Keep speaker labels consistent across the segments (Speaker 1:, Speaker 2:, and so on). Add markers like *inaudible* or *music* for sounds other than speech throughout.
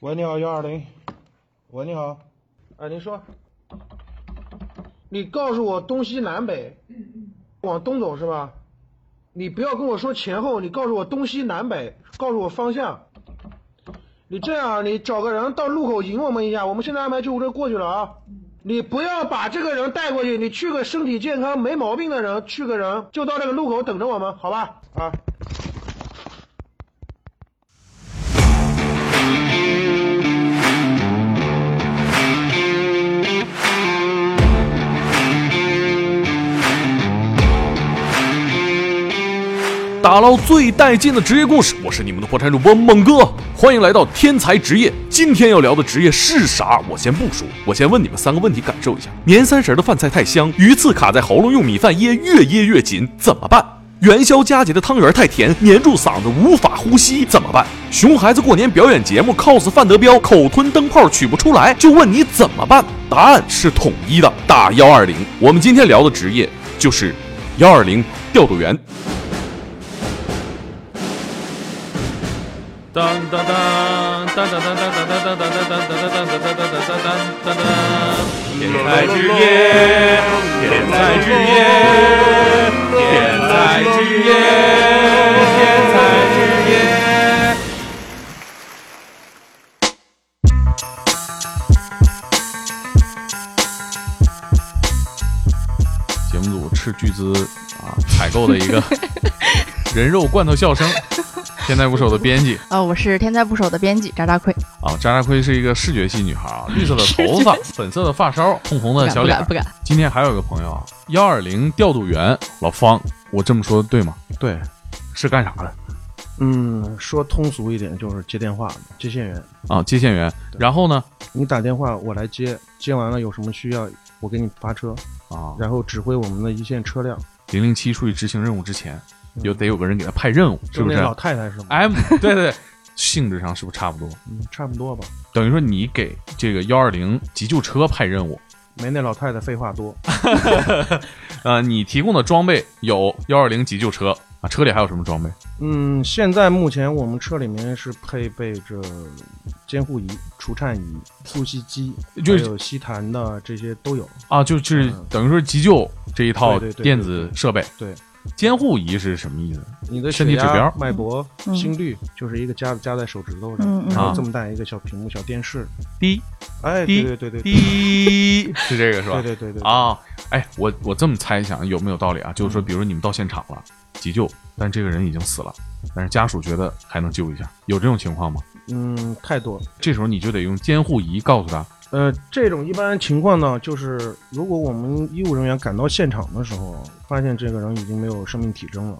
Speaker 1: 喂，你好，幺二零。喂，你好。哎，您说。你告诉我东西南北，往东走是吧？你不要跟我说前后，你告诉我东西南北，告诉我方向。你这样，你找个人到路口迎我们一下，我们现在安排救护车过去了啊。你不要把这个人带过去，你去个身体健康没毛病的人，去个人就到那个路口等着我们，好吧？啊。
Speaker 2: 打捞最带劲的职业故事，我是你们的破产主播猛哥，欢迎来到天才职业。今天要聊的职业是啥？我先不说，我先问你们三个问题，感受一下。年三十的饭菜太香，鱼刺卡在喉咙，用米饭噎，越噎越紧，怎么办？元宵佳节的汤圆太甜，粘住嗓子无法呼吸，怎么办？熊孩子过年表演节目 cos 范德彪，口吞灯泡取不出来，就问你怎么办？答案是统一的，打幺二零。我们今天聊的职业就是幺二零调度员。
Speaker 3: 当当当当当当当当当当当当当当当当当当当当！天才之夜，天才之夜，天才之夜，天才之夜。
Speaker 2: 节目组斥巨资啊采购的一个人肉罐头笑声，天才捕手的编辑
Speaker 4: 呃，我是天才捕手的编辑渣渣
Speaker 1: 嗯
Speaker 4: 亏，
Speaker 2: 啊，渣渣亏是一个视觉系女孩啊，绿色的头发，粉色的发梢，红红的小
Speaker 4: 不
Speaker 2: 脸
Speaker 4: 敢。不敢不敢，
Speaker 2: 今天还有一个朋友啊，幺二零调度员老方，我这么说对吗？
Speaker 1: 对，
Speaker 2: 是干啥的
Speaker 1: 嗯，说通俗一点就是接电话，接线员。
Speaker 2: 啊？接线员。然后呢？
Speaker 1: 你打电话我来接，接完了有什么需要我给你发车，
Speaker 2: 啊，
Speaker 1: 然后指挥我们的一线车辆，
Speaker 2: 零零七出去执行任务之前，有得有个人给他派任务，嗯是哎
Speaker 1: 就
Speaker 2: 不
Speaker 1: 那
Speaker 2: 是
Speaker 1: 老太太是吗？
Speaker 2: ？M 对对对，性质上是不是差不多？
Speaker 1: 嗯，差不多吧，
Speaker 2: 等于说你给这个幺二零急救车派任务，
Speaker 1: 没那老太太废话多。
Speaker 2: 呃，你提供的装备有幺二零急救车啊，车里还有什么装备？
Speaker 1: 嗯，现在目前我们车里面是配备着监护仪、除颤仪、呼吸机，还
Speaker 2: 就是
Speaker 1: 有吸痰的这些都有。
Speaker 2: 啊，就是
Speaker 1: 嗯
Speaker 2: 等于说急救这一套
Speaker 1: 对对对
Speaker 2: 电子设备。
Speaker 1: 对
Speaker 2: 监护仪是什么意思？
Speaker 1: 你的
Speaker 2: 身体
Speaker 1: 血压
Speaker 2: 指标
Speaker 1: 脉搏、
Speaker 4: 嗯
Speaker 1: 心率，就是一个夹子夹在手指头
Speaker 4: 嗯
Speaker 1: 上，
Speaker 4: 嗯
Speaker 1: 然后
Speaker 2: 啊
Speaker 1: 这么大一个小屏幕、小电视。
Speaker 2: 滴
Speaker 1: 哎，
Speaker 2: 滴
Speaker 1: 对对对对，
Speaker 2: 滴，是这个是吧？
Speaker 1: 对对对对，嗯
Speaker 2: 啊，哎，我我这么猜想有没有道理啊？就是说，比如说你们到现场了，急救，但这个人已经死了，但是家属觉得还能救一下，有这种情况吗？
Speaker 1: 嗯，太多了。
Speaker 2: 这时候你就得用监护仪告诉他，
Speaker 1: 呃，这种一般情况呢，就是如果我们医务人员赶到现场的时候，发现这个人已经没有生命体征了，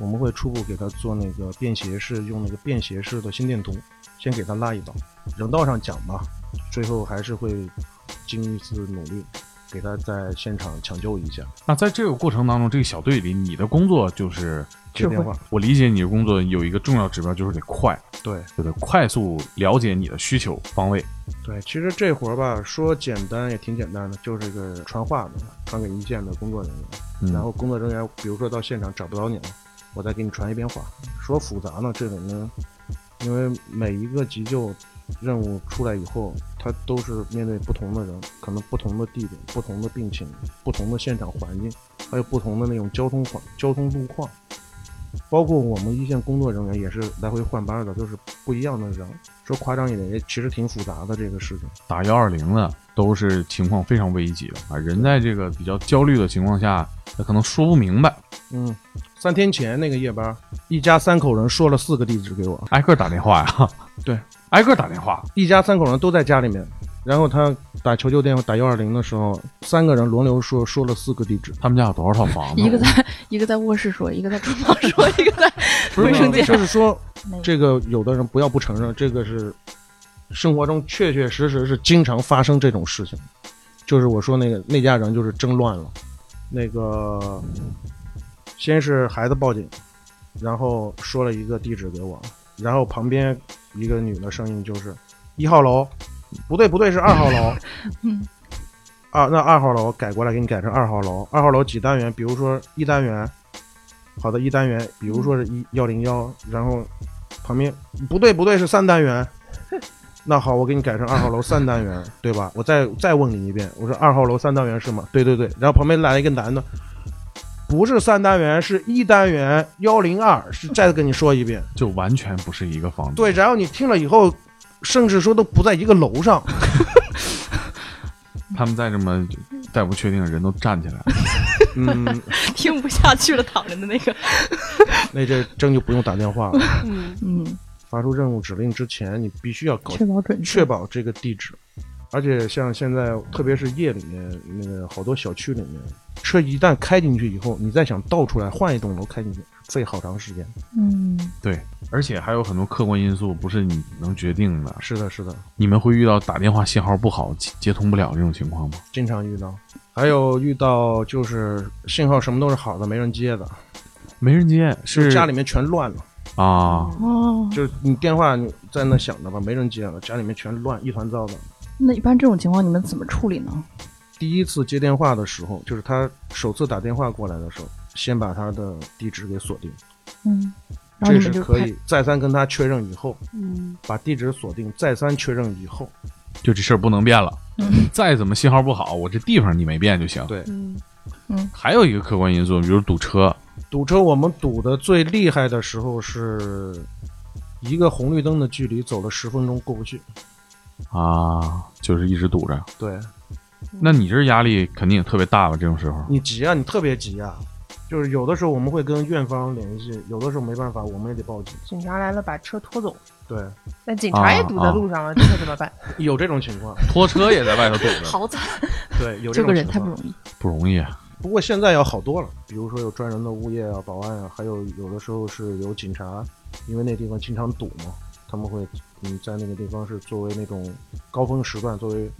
Speaker 1: 我们会初步给他做那个便携式，用那个便携式的心电图，先给他拉一刀。人道上讲吧，最后还是会经一次努力，给他在现场抢救一下。
Speaker 2: 那在这个过程当中，这个小队里，你的工作就是
Speaker 1: 接电话，
Speaker 2: 我理解你的工作有一个重要指标就是得快，
Speaker 1: 对
Speaker 2: 就得快速了解你的需求方位。
Speaker 1: 对，其实这活儿吧，说简单也挺简单的，就是个传话的，传给一线的工作人员。
Speaker 2: 嗯
Speaker 1: 然后工作人员比如说到现场找不着你了，我再给你传一遍话。说复杂呢，这里面因为每一个急救任务出来以后，他都是面对不同的人，可能不同的地点、不同的病情、不同的现场环境，还有不同的那种交通环、交通路况。包括我们一线工作人员也是来回换班的，就是不一样的人。说夸张一点，也其实挺复杂的这个事情。
Speaker 2: 打幺二零的都是情况非常危急的啊，人在这个比较焦虑的情况下，他可能说不明白，
Speaker 1: 嗯，三天前那个夜班，一家三口人说了四个地址给我，
Speaker 2: 挨个打电话呀。
Speaker 1: 对，
Speaker 2: *laughs* 挨个打电话。
Speaker 1: 一家三口人都在家里面。然后他打求救电话打幺二零的时候，三个人轮流说说了四个地址。
Speaker 2: 他们家有多少套
Speaker 1: 嗯
Speaker 2: 房子？
Speaker 4: *laughs* 一个在一个在卧室说，一个在厨
Speaker 1: *laughs*
Speaker 4: 房说，一个在
Speaker 1: 不
Speaker 4: 卫
Speaker 1: 是
Speaker 4: 生间。
Speaker 1: 就是说
Speaker 4: 那个
Speaker 1: 这个有的人不要不承认，这个是生活中确确实实是经常发生这种事情。就是我说那个那家人就是争乱了，那个先是孩子报警，然后说了一个地址给我，然后旁边一个女的声音就是一号楼，不对不对是二号楼，
Speaker 4: 嗯，
Speaker 1: 二那二号楼改过来给你改成二号楼，二号楼几单元，比如说一单元，好的一单元，比如说是一幺零幺，然后旁边不对不对是三单元，那好，我给你改成二号楼三单元，对吧？我再再问你一遍，我说二号楼三单元是吗？对对对。然后旁边来了一个男的，不是三单元，是一单元幺零二，是再跟你说一遍。
Speaker 2: 就完全不是一个房子。
Speaker 1: 对，然后你听了以后，甚至说都不在一个楼上。
Speaker 2: 他们再这么再不确定，人都站起来了。 *laughs*
Speaker 1: 嗯，
Speaker 5: 听不下去了，躺着的那
Speaker 1: *laughs*
Speaker 5: 个。
Speaker 1: 那这真就不用打电话了。
Speaker 5: 嗯，
Speaker 4: 嗯，
Speaker 1: 发出任务指令之前，你必须要搞
Speaker 4: 确保准确。
Speaker 1: 确保这个地址。而且像现在，特别是夜里面，那个好多小区里面，车一旦开进去以后，你再想倒出来换一栋楼开进去，费好长时间。
Speaker 4: 嗯，
Speaker 2: 对，而且还有很多客观因素不是你能决定的。
Speaker 1: 是的，是的，
Speaker 2: 你们会遇到打电话信号不好、接接通不了这种情况吗？
Speaker 1: 经常遇到。还有遇到就是信号什么都是好的，没人接的，
Speaker 2: 没人接，是
Speaker 1: 家里面全乱了。
Speaker 2: 啊，
Speaker 4: 哦，
Speaker 1: 就是你电话你在那响着吧，没人接了，家里面全乱，一团糟的。
Speaker 4: 那一般这种情况你们怎么处理呢？
Speaker 1: 第一次接电话的时候，就是他首次打电话过来的时候，先把他的地址给锁定，
Speaker 4: 嗯，然后
Speaker 1: 这
Speaker 4: 你们
Speaker 1: 是
Speaker 4: 就
Speaker 1: 可
Speaker 4: 开
Speaker 1: 以再三跟他确认以后，
Speaker 5: 嗯，
Speaker 1: 把地址锁定，再三确认以后，
Speaker 2: 就这事儿不能变了。 *laughs* 再怎么信号不好，我这地方你没变就行。
Speaker 1: 对
Speaker 5: 嗯，
Speaker 2: 还有一个客观因素，比如堵车，
Speaker 1: 堵车我们堵的最厉害的时候是一个红绿灯的距离走了十分钟过不去，
Speaker 2: 啊，就是一直堵着。
Speaker 1: 对
Speaker 2: 那你这压力肯定也特别大吧？这种时候，
Speaker 1: 你急啊，你特别急啊。就是有的时候我们会跟院方联系，有的时候没办法，我们也得报警。
Speaker 6: 警察来了，把车拖走，
Speaker 1: 对，
Speaker 6: 那警察也堵在路上了，这可怎么办？
Speaker 1: 有这种情况，
Speaker 2: 拖车也在外头堵着，
Speaker 5: 好惨。
Speaker 1: 对，有这
Speaker 4: *laughs* 这
Speaker 1: 种
Speaker 4: 个
Speaker 1: 情
Speaker 4: 人太
Speaker 1: 况
Speaker 4: 不。容易。
Speaker 2: 不容易。啊
Speaker 1: 不过现在要好多了，比如说有专人的物业啊、保安啊，还有有的时候是有警察，因为那地方经常堵嘛，他们会嗯在那个地方是作为那种高峰时段，作为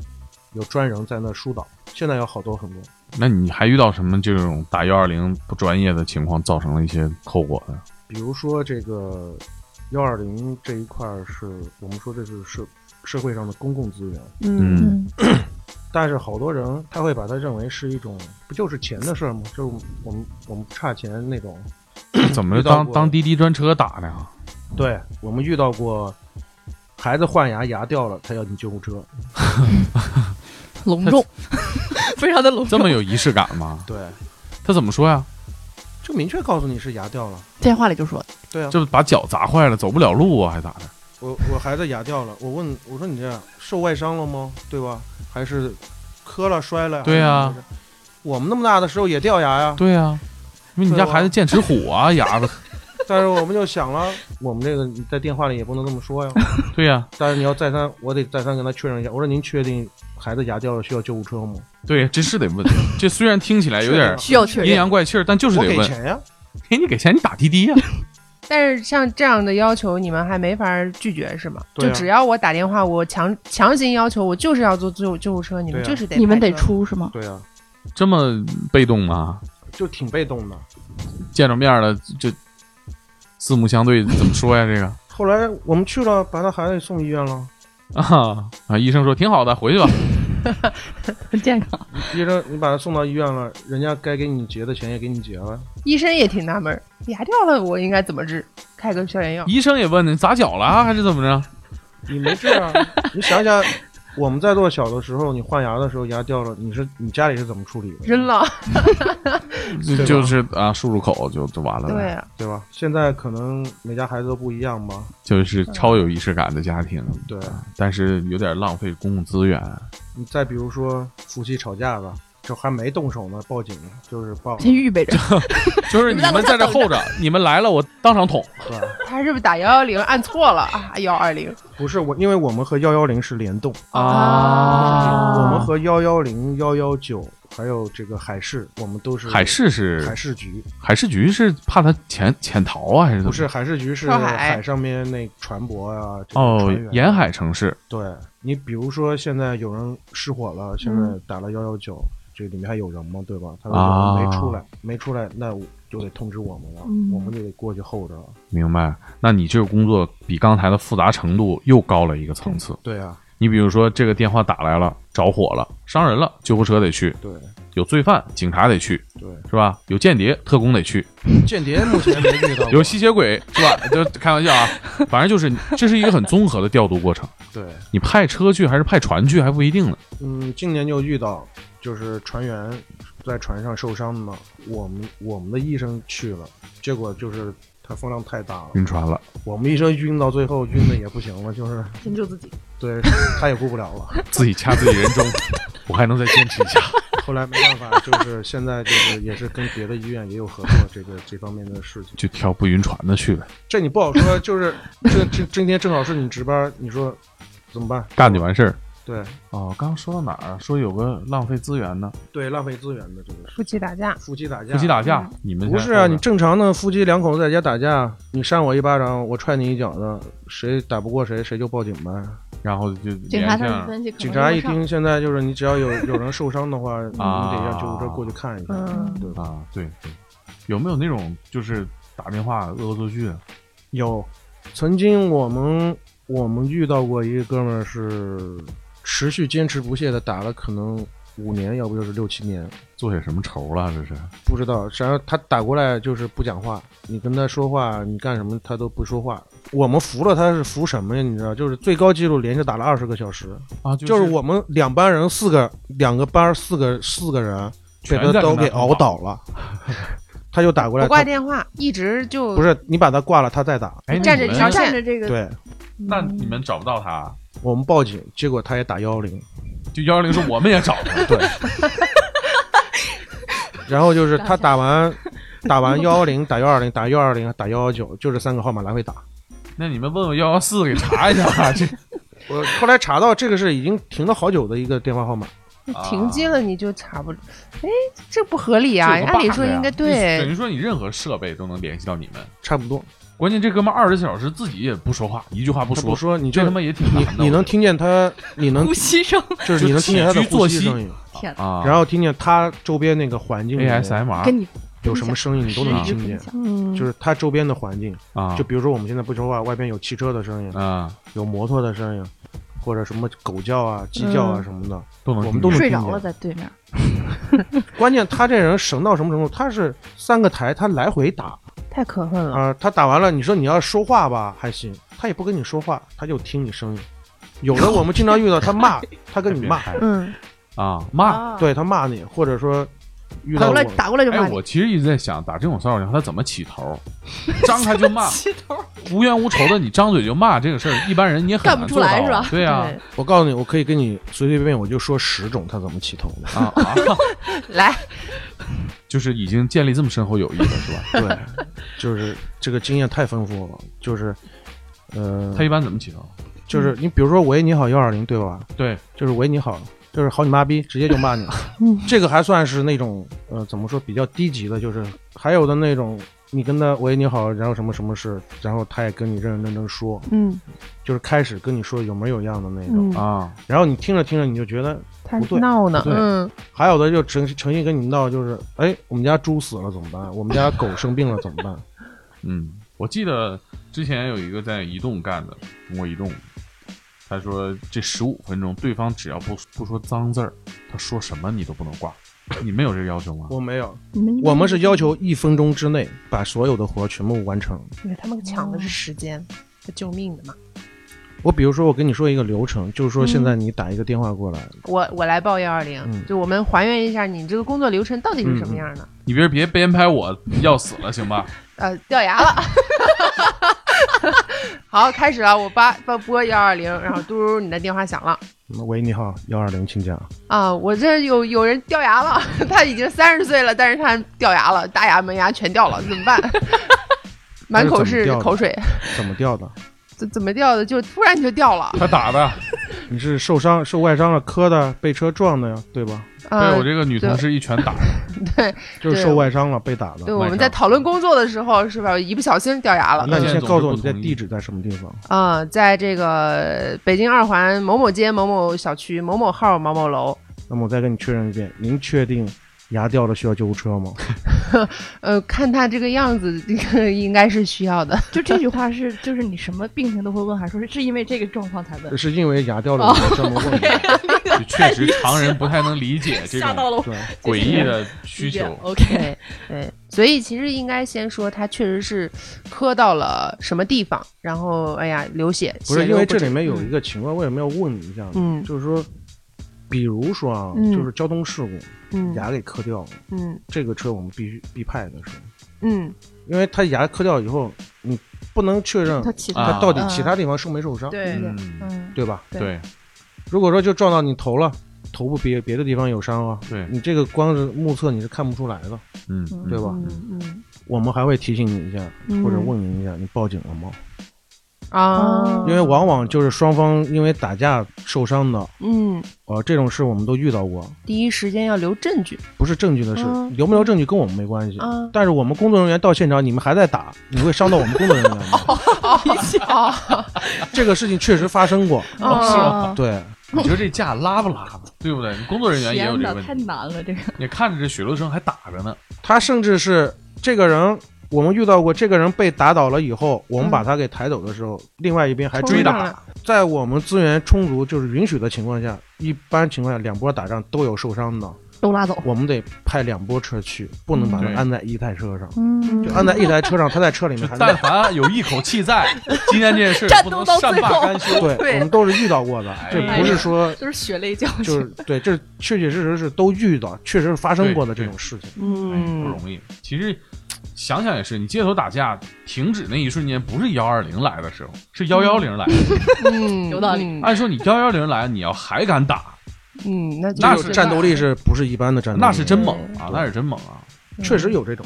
Speaker 1: 有专人在那疏导。现在要好多很多，
Speaker 2: 那你还遇到什么这种打幺二零不专业的情况，造成了一些后果呢？
Speaker 1: 比如说这个幺二零这一块儿是我们说这是社社会上的公共资源，
Speaker 5: 嗯
Speaker 1: *laughs*
Speaker 4: 嗯
Speaker 1: 但是好多人他会把它认为是一种不就是钱的事儿吗？就是我们我们不差钱那种，
Speaker 2: 怎么就
Speaker 1: 遇到
Speaker 2: 当
Speaker 1: 过
Speaker 2: 当滴滴专车打呢？
Speaker 1: 对我们遇到过，孩子换牙牙掉了，他要你救护车。
Speaker 4: 隆
Speaker 1: *laughs*
Speaker 4: 重，非常的隆
Speaker 2: 这
Speaker 4: 重。
Speaker 2: 么有仪式感吗？
Speaker 1: 对，
Speaker 2: 他怎么说呀？
Speaker 1: 就明确告诉你是牙掉了。
Speaker 4: 电话里就说，
Speaker 1: 对啊，
Speaker 2: 就把脚砸坏了，走不了路啊，还咋的？
Speaker 1: 我我孩子牙掉了，我问我说你这样受外伤了吗？对吧？还是磕了摔了？
Speaker 2: 对啊
Speaker 1: 还是怎么回事，我们那么大的时候也掉牙呀。
Speaker 2: 对呀、因为你家
Speaker 1: 对啊
Speaker 2: 孩子剑齿虎啊， *laughs* 牙子。
Speaker 1: 但是我们就想了， *laughs* 我们这个你在电话里也不能这么说呀。 *laughs*
Speaker 2: 对呀、
Speaker 1: 但是你要再三，我得再三跟他确认一下。我说您确定孩子牙掉了需要救护车吗？
Speaker 2: 对，这是得问。 *laughs* 这虽然听起来有点
Speaker 4: 需要确
Speaker 2: 阴
Speaker 4: 认。
Speaker 2: 阳怪气儿，但就是
Speaker 1: 我
Speaker 2: 得
Speaker 1: 给
Speaker 2: 问。
Speaker 1: 钱呀。
Speaker 2: 给你给钱，你打滴滴呀、
Speaker 6: 但是像这样的要求，你们还没法拒绝是吗？
Speaker 1: 对
Speaker 6: 就
Speaker 1: 啊
Speaker 6: 只要我打电话，我强强行要求，我就是要坐救救护车，你们
Speaker 1: 对啊
Speaker 6: 就是得
Speaker 4: 你们
Speaker 6: 派
Speaker 4: 得
Speaker 6: 车。
Speaker 4: 出是吗？
Speaker 1: 对呀，
Speaker 2: 这么被动吗？
Speaker 1: 就挺被动的。
Speaker 2: 见着面了就四目相对，怎么说呀？这个
Speaker 1: 后来我们去了，把他孩子送医院了。
Speaker 2: 啊啊！医生说挺好的，回去吧。
Speaker 4: 很健康。
Speaker 1: 医生，你把他送到医院了，人家该给你结的钱也给你结了。
Speaker 6: 医生也挺纳闷儿，牙掉了我应该怎么治？开个消炎药。
Speaker 2: 医生也问你砸脚了啊，还是怎么着？
Speaker 1: 你没治啊？你想想，我们在做小的时候，你换牙的时候牙掉了，你是你家里是怎么处理的？
Speaker 6: 扔了，
Speaker 2: 就
Speaker 1: 吧
Speaker 2: 就是啊，漱漱口就就完了呗。
Speaker 6: 对啊，
Speaker 1: 对吧？现在可能每家孩子都不一样吧。
Speaker 2: 就是超有仪式感的家庭，
Speaker 1: 对，
Speaker 2: 但是有点浪费公共资源。
Speaker 1: 你再比如说夫妻吵架吧，这还没动手呢，报警就是报，
Speaker 4: *laughs* 先
Speaker 1: 对
Speaker 4: 预备着，
Speaker 2: 就是你们在这候着，你们来了我当场捅。
Speaker 6: 他是不是打幺幺零按错了啊？幺二零，
Speaker 1: 不是我，因为我们和幺幺零是联动，
Speaker 2: 啊
Speaker 1: 我们和幺幺零、幺幺九还有这个海事，我们都是
Speaker 2: 海事是
Speaker 1: 海事局，
Speaker 2: 海事局是怕他潜潜逃啊，还是怎
Speaker 1: 不
Speaker 2: 么？
Speaker 1: 是海事局是
Speaker 6: 上海
Speaker 1: 海上面那船舶啊，这个
Speaker 2: 哦
Speaker 1: 船，员
Speaker 2: 沿海城市
Speaker 1: 对你比如说，现在有人失火了，现在
Speaker 4: 嗯
Speaker 1: 打了幺幺九，这里面还有人吗？对吧？他说
Speaker 2: 啊
Speaker 1: 有人没出来，没出来，那我就得通知我们了，
Speaker 4: 嗯
Speaker 1: 我们就得过去候着了。
Speaker 2: 明白？那你这个工作比刚才的复杂程度又高了一个层次。
Speaker 1: 对啊，
Speaker 2: 你比如说这个电话打来了，着火了，伤人了，救护车得去；
Speaker 7: 对，
Speaker 2: 有罪犯，警察得去；
Speaker 7: 对，
Speaker 2: 是吧？有间谍，特工得去；
Speaker 1: 间谍目前没遇 *laughs* 到过
Speaker 2: 有吸血鬼，是吧？就开玩笑啊，反正就是这是一个很综合的调度过程。
Speaker 1: 对，
Speaker 2: 你派车去还是派船去还不一定呢。
Speaker 1: 嗯，今年就遇到，就是船员在船上受伤嘛，我们我们的医生去了，结果就是他风浪太大了，
Speaker 2: 晕船了，
Speaker 1: 我们医生晕到最后晕的也不行了，就是
Speaker 8: 先救自
Speaker 1: *laughs*
Speaker 8: 己。
Speaker 1: 对他也顾不了了。
Speaker 2: 自己掐自己人中，我还能再坚持一下。
Speaker 1: 后来没办法，就是现在就是也是跟别的医院也有合作这个这方面的事情，
Speaker 2: 就挑不晕船的去了，
Speaker 1: 这你不好说，就是这这今天正好是你值班，你说怎么办？
Speaker 2: 干就完事儿。
Speaker 1: 对
Speaker 2: 哦，刚刚说到哪儿啊？说有个浪费资源呢，
Speaker 1: 对，浪费资源的这个是
Speaker 6: 夫妻打架，
Speaker 1: 夫妻打架，
Speaker 2: 夫妻打架，你们
Speaker 1: 不
Speaker 2: 现
Speaker 1: 是
Speaker 2: 在
Speaker 1: 啊，
Speaker 2: 后边
Speaker 1: 你正常的夫妻两口子在家打架，你扇我一巴掌，我踹你一脚的，谁打不过谁，谁就报警呗。
Speaker 2: 然后就
Speaker 4: 警察
Speaker 2: 联系
Speaker 4: 他们
Speaker 2: 上
Speaker 4: 分析，
Speaker 1: 警察一听，现在就是你只要有有人受伤的
Speaker 2: *laughs*
Speaker 1: 话，你
Speaker 2: 啊
Speaker 1: 得让救护车过去看一下。
Speaker 6: 嗯，
Speaker 1: 对吧？
Speaker 2: 啊，对对，有没有那种就是打电话恶恶作剧啊？
Speaker 1: 有，曾经我们我们遇到过一个哥们儿是持续坚持不懈的打了可能五年，要不就是六七年，
Speaker 2: 做些什么仇了？啊这是
Speaker 1: 不知道，然后他打过来就是不讲话，你跟他说话，你干什么他都不说话。我们服了他是服什么呀？你知道，就是最高纪录连续打了二十个小时，
Speaker 2: 啊，
Speaker 1: 就是我们两班人四个，两个班儿四个四个人被
Speaker 2: 全
Speaker 1: 他
Speaker 2: 在
Speaker 1: 都
Speaker 2: 跟他
Speaker 1: 给熬倒
Speaker 2: *laughs*
Speaker 1: 了，他就打过来，
Speaker 6: 不挂
Speaker 1: 他
Speaker 6: 电话，一直就
Speaker 1: 不是你把他挂了，他再打。
Speaker 2: 哎，
Speaker 6: 站着
Speaker 2: 你们
Speaker 6: 条线
Speaker 8: 站着这个，
Speaker 1: 对
Speaker 2: 那
Speaker 4: 嗯
Speaker 2: 你们找不到他，
Speaker 1: 我们报警，结果他也打幺幺零，
Speaker 2: 就幺幺零说我们也找不到，
Speaker 1: 然后就是他打完 *laughs* 打完幺幺零，打幺二零，打幺二零，打幺幺九，就这三个号码来回打。
Speaker 2: 那你们问问幺幺四给查一下啊，这
Speaker 1: 我后来查到这个是已经停了好久的一个电话号码。
Speaker 6: 停机了，你就查不，哎，这不合理啊！
Speaker 2: 这有个
Speaker 6: 按理
Speaker 2: bug
Speaker 6: 说
Speaker 2: 呀
Speaker 6: 应该
Speaker 2: 等
Speaker 6: 对，
Speaker 2: 于说你任何设备都能联系到你们。
Speaker 1: 差不多，
Speaker 2: 关键这哥们二十四小时自己也不说话，一句话不
Speaker 1: 他
Speaker 2: 说，
Speaker 1: 不说你
Speaker 2: 这
Speaker 1: 就
Speaker 2: 他妈也挺
Speaker 1: 你
Speaker 2: 难的。
Speaker 1: 你
Speaker 2: 我
Speaker 1: 能
Speaker 2: 觉
Speaker 1: 听见他，你能
Speaker 8: 呼吸声，
Speaker 1: 就是你能听见他的呼吸声音，
Speaker 2: 得啊？
Speaker 1: 然后听见他周边那个环境里面
Speaker 2: ASMR
Speaker 8: 跟你
Speaker 1: 有什么声啊音，你都能
Speaker 2: 啊
Speaker 1: 听见。
Speaker 6: 嗯，
Speaker 1: 就是他周边的环境，
Speaker 2: 啊，
Speaker 1: 就比如说我们现在不说话，外边有汽车的声音，
Speaker 2: 啊
Speaker 1: 有摩托的声音，或者什么狗叫啊、鸡叫啊什么的，
Speaker 2: 都能
Speaker 1: 我们都能哎
Speaker 2: 听见
Speaker 4: 睡着了在对面，
Speaker 1: 关键他这人神到什么程度？他是三个台，他来回打
Speaker 6: 太可恨了。
Speaker 1: 啊、他打完了，你说你要说话吧还行，他也不跟你说话，他就听你声音。有的我们经常遇到他骂，他跟 *laughs* 你骂，
Speaker 6: 嗯，
Speaker 2: 啊骂。
Speaker 8: 啊，
Speaker 1: 对他骂你，或者说遇
Speaker 8: 打
Speaker 1: 到
Speaker 8: 过
Speaker 1: 我
Speaker 8: 来打过来就骂
Speaker 2: 哎，
Speaker 8: 你，
Speaker 2: 我其实一直在想，打这种骚扰电话他怎么起头？张开就
Speaker 8: *laughs*
Speaker 2: 骂，
Speaker 8: 气头儿
Speaker 2: 无冤无仇的你张嘴就骂这个事儿，一般人你也很
Speaker 8: 干
Speaker 2: 难
Speaker 8: 不
Speaker 2: 做
Speaker 8: 出
Speaker 2: 到
Speaker 8: 来
Speaker 2: 啊。
Speaker 8: 是吧
Speaker 2: 对啊，
Speaker 6: 对
Speaker 1: 我告诉你，我可以跟你随随便便我就说十种他怎么起头的。 *laughs*
Speaker 2: 啊啊，
Speaker 8: *laughs*
Speaker 6: 来，
Speaker 2: 就是已经建立这么深厚友谊了，是吧？
Speaker 1: 对，就是这个经验太丰富了，就是，呃
Speaker 2: 他，一般怎么起头？
Speaker 1: 就是你比如说喂你好幺二零对吧？
Speaker 2: 对，
Speaker 1: 就是喂你好，就是好你妈 *laughs* 逼，直接就骂你了。这个还算是那种呃怎么说比较低级的，就是还有的那种你跟他喂你好，然后什么什么事，然后他也跟你认认真真说，
Speaker 6: 嗯
Speaker 1: 就是开始跟你说有没有样的那种，
Speaker 6: 嗯，
Speaker 2: 啊，
Speaker 1: 然后你听着听着你就觉得。
Speaker 6: 他
Speaker 1: 不对
Speaker 6: 闹呢，
Speaker 1: 不对
Speaker 6: 嗯，
Speaker 1: 还有的就诚诚心跟你闹，就是哎，我们家猪死了怎么办？我们家狗生病了怎么办？
Speaker 2: 嗯，我记得之前有一个在移动干的，中国移动，他说这十五分钟，对方只要不不说脏字儿，他说什么你都不能挂。你们有这个要求吗？
Speaker 1: *laughs* 我没有，
Speaker 4: 你们
Speaker 1: 我们是要求一分钟之内把所有的活全部完成。
Speaker 6: 因为他们抢的是时间，他救命的嘛。
Speaker 1: 嗯我比如说，我跟你说一个流程，就是说现在你打一个电话过来，
Speaker 6: 我我来报幺二
Speaker 1: 嗯嗯
Speaker 6: 零，就我们还原一下你这个工作流程到底是什么样的。
Speaker 2: 你别别编排我要死了行吧？
Speaker 6: 呃，掉牙了。 *laughs* 好，开始了，我八拨拨幺二零，然后嘟嘟，你的电话响了。
Speaker 1: 嗯喂，你好，幺二零，请讲。
Speaker 6: 啊，我这有有人掉牙了， *laughs* 他已经三十岁了，但是他掉牙了，大牙门牙全掉了，怎么办？ *laughs* 满口
Speaker 1: 那是
Speaker 6: 是
Speaker 1: 怎么掉的
Speaker 6: 口水，
Speaker 1: 怎么掉的？
Speaker 6: 怎怎么掉的？就突然就掉了。
Speaker 2: 他打的，
Speaker 1: 你是受伤、受外伤了、磕的、被车撞的呀，对吧？
Speaker 2: 被
Speaker 6: 嗯
Speaker 2: 我，这个女同事一拳打的。
Speaker 1: 就是
Speaker 6: 对
Speaker 1: 受外伤了、被打
Speaker 6: 对，
Speaker 1: 的。
Speaker 6: 我们在讨论工作的时候，是吧？一不小心掉牙了。
Speaker 1: 啊那你先告诉我你
Speaker 2: 现
Speaker 1: 在
Speaker 2: 在总是不同意
Speaker 1: 地址在什么地方？
Speaker 6: 啊、在这个北京二环某某街某某小区某某号某某楼，
Speaker 2: *laughs*
Speaker 1: 那么我再跟你确认一遍，您确定牙掉了需要救护车吗？
Speaker 6: 呃，看他这个样子，这个应该是需
Speaker 1: *laughs*
Speaker 6: 要的。
Speaker 4: 就这句话是，就是你什么病情都会问，还是说是因为这个状况才 *laughs* 问？
Speaker 1: 是因为牙掉了这么问
Speaker 6: 哦
Speaker 1: 的。
Speaker 2: 就确
Speaker 4: *laughs*
Speaker 2: 实常人不太能理解这
Speaker 4: 吓到
Speaker 2: 种
Speaker 4: 了我。
Speaker 1: 对，
Speaker 2: 诡异的需
Speaker 4: 理解
Speaker 2: 求。嗯
Speaker 4: OK，
Speaker 6: 对对，所以其实应该先说他确实是磕到了什么地方，然后哎呀流血，
Speaker 1: 不是
Speaker 6: 血
Speaker 1: 因
Speaker 6: 流
Speaker 1: 为
Speaker 6: 不
Speaker 1: 这
Speaker 6: 止
Speaker 1: 里面有一个情况，为什么要问你一下呢？
Speaker 6: 嗯
Speaker 1: 就是说，比如说啊，
Speaker 6: 嗯
Speaker 1: 就是交通事故，
Speaker 6: 嗯
Speaker 1: 牙给磕掉了，
Speaker 6: 嗯
Speaker 1: 这个车我们必须必派的是，
Speaker 6: 嗯
Speaker 1: 因为他牙磕掉以后，你不能确认
Speaker 9: 他起
Speaker 2: 啊
Speaker 1: 他到
Speaker 6: 嗯
Speaker 1: 底其他地方受没受伤，
Speaker 4: 对，
Speaker 2: 嗯，
Speaker 9: 嗯，
Speaker 1: 对吧？
Speaker 2: 对，
Speaker 1: 如果说就撞到你头了，头部别别的地方有伤啊，
Speaker 2: 对
Speaker 1: 你这个光是目测你是看不出来的，
Speaker 2: 嗯，
Speaker 1: 对吧？
Speaker 6: 嗯嗯
Speaker 1: 我们还会提醒你一下，
Speaker 6: 嗯
Speaker 1: 或者问你一下，你报警了吗？
Speaker 6: 啊
Speaker 9: 哦
Speaker 1: 因为往往就是双方因为打架受伤的，
Speaker 6: 嗯，
Speaker 1: 呃，这种事我们都遇到过，
Speaker 6: 第一时间要留证据
Speaker 1: 不是证据的事，
Speaker 6: 嗯
Speaker 1: 留没留证据跟我们没关系。。
Speaker 6: 啊
Speaker 1: 但是我们工作人员到现场，你们还在打，你会伤到我们工作人员的。
Speaker 6: *laughs* 哦
Speaker 1: 这个事情确实发生过，
Speaker 2: 是吧
Speaker 4: 啊
Speaker 9: 哦
Speaker 1: 对，
Speaker 2: 你觉得这架拉不拉吧？对不对？工作人员也有
Speaker 4: 天
Speaker 2: 这个
Speaker 4: 哪，
Speaker 2: 问
Speaker 4: 太
Speaker 2: 题。
Speaker 4: 难了，这个
Speaker 2: 你看着这血流成还打着呢，
Speaker 1: 他甚至是这个人，我们遇到过这个人被打倒了以后，我们把他给抬走的时候，另外一边还
Speaker 6: 哦
Speaker 1: 追
Speaker 2: 追
Speaker 1: 打。
Speaker 2: 打，
Speaker 1: 在我们资源充足就是允许的情况下，一般情况下两波打仗都有受伤的，
Speaker 9: 都拉走，
Speaker 1: 我们得派两波车去，不能把他
Speaker 2: 嗯对
Speaker 1: 安在一台车上。
Speaker 9: 嗯
Speaker 1: 就安在一台车上，他在车里
Speaker 2: 就
Speaker 1: 面还
Speaker 2: 但
Speaker 1: 在。
Speaker 2: 凡有一口气在，
Speaker 4: *laughs*
Speaker 2: 今天这件事不能善罢甘休。
Speaker 1: 对，
Speaker 6: 对
Speaker 1: 我们都是遇到过的，这
Speaker 2: 哎呀
Speaker 1: 不是说
Speaker 4: 就是血泪教训。
Speaker 1: 就是对，这确确实实是都遇到，确实发生过的这种事情。
Speaker 6: 嗯
Speaker 2: 哎，不
Speaker 1: 嗯
Speaker 2: 容易。其实想想也是，你街头打架停止那一瞬间，不是幺二零来的时候，是幺幺零来的。
Speaker 4: *laughs*
Speaker 6: 嗯，
Speaker 4: 有道理
Speaker 6: 嗯
Speaker 2: 按说你幺幺零来，你要还敢打，
Speaker 6: 嗯，那就
Speaker 2: 那
Speaker 1: 这
Speaker 2: 是
Speaker 1: 种战斗力是不是一般的战斗力？
Speaker 2: 那是真猛啊，
Speaker 1: 对
Speaker 2: 那是真猛啊！
Speaker 1: 确实有这种。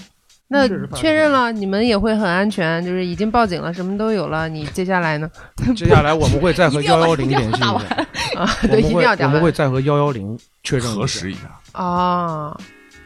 Speaker 6: 那
Speaker 1: 确实发生
Speaker 6: 确认了，你们也会很安全，就是已经报警了，什么都有了。你接下来呢？
Speaker 1: *laughs* 接下来我们会再和
Speaker 4: 一定
Speaker 1: 幺
Speaker 4: 要
Speaker 1: 幺零联系一
Speaker 4: 打
Speaker 1: 下，
Speaker 4: 完
Speaker 6: 啊，
Speaker 1: 我
Speaker 6: *laughs*
Speaker 1: 们
Speaker 6: 对，一定
Speaker 1: 会
Speaker 6: 要讲
Speaker 1: 我们
Speaker 6: 完
Speaker 1: 会再和幺幺零确认一下
Speaker 2: 核实一下，
Speaker 6: 啊。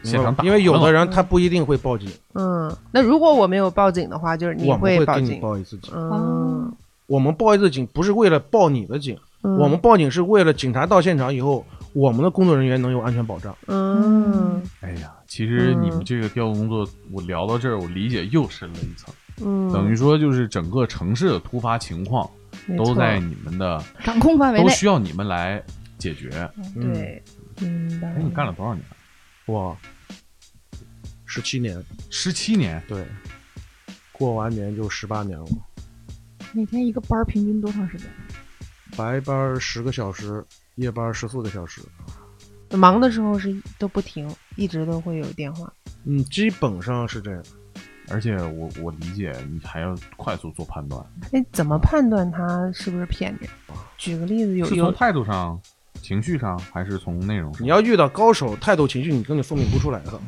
Speaker 1: 因为
Speaker 2: 现场打
Speaker 1: 因为有的人
Speaker 6: 了
Speaker 1: 他不一定会报警，
Speaker 6: 嗯，那如果我没有报警的话，就是你
Speaker 1: 我们会
Speaker 6: 报
Speaker 1: 给你
Speaker 6: 警。
Speaker 1: 报一次警。
Speaker 9: 哦
Speaker 6: 嗯，
Speaker 1: 我们报一次警不是为了报你的警，
Speaker 6: 嗯
Speaker 1: 我们报警是为了警察到现场以后，我们的工作人员能有安全保障。
Speaker 6: 嗯
Speaker 2: 哎呀，其实你们这个调度工作，我聊到这儿，我理解又深了一层，
Speaker 6: 嗯，
Speaker 2: 等于说就是整个城市的突发情况
Speaker 6: 没
Speaker 2: 都
Speaker 6: 错
Speaker 2: 在你们的，
Speaker 9: 掌控范围
Speaker 2: 都
Speaker 9: 内，
Speaker 2: 需要你们来解决。
Speaker 1: 嗯，
Speaker 6: 对，明白
Speaker 2: 哎，你干了多少年？
Speaker 1: 哇，十七年，
Speaker 2: 十七年，
Speaker 1: 对，过完年就十八年了，
Speaker 9: 每天一个班儿平均多长时间？
Speaker 1: 白班十个小时，夜班十四个小时。
Speaker 6: 忙的时候是都不停，一直都会有电话。
Speaker 1: 嗯，基本上是这样。
Speaker 2: 而且我我理解你还要快速做判断，
Speaker 6: 哎，怎么判断他是不是骗你？举个例子，有
Speaker 2: 是从
Speaker 6: 有
Speaker 2: 态度上、情绪上，还是从内容上？
Speaker 1: 你要遇到高手，态度、情绪，你根本分辨不出来的。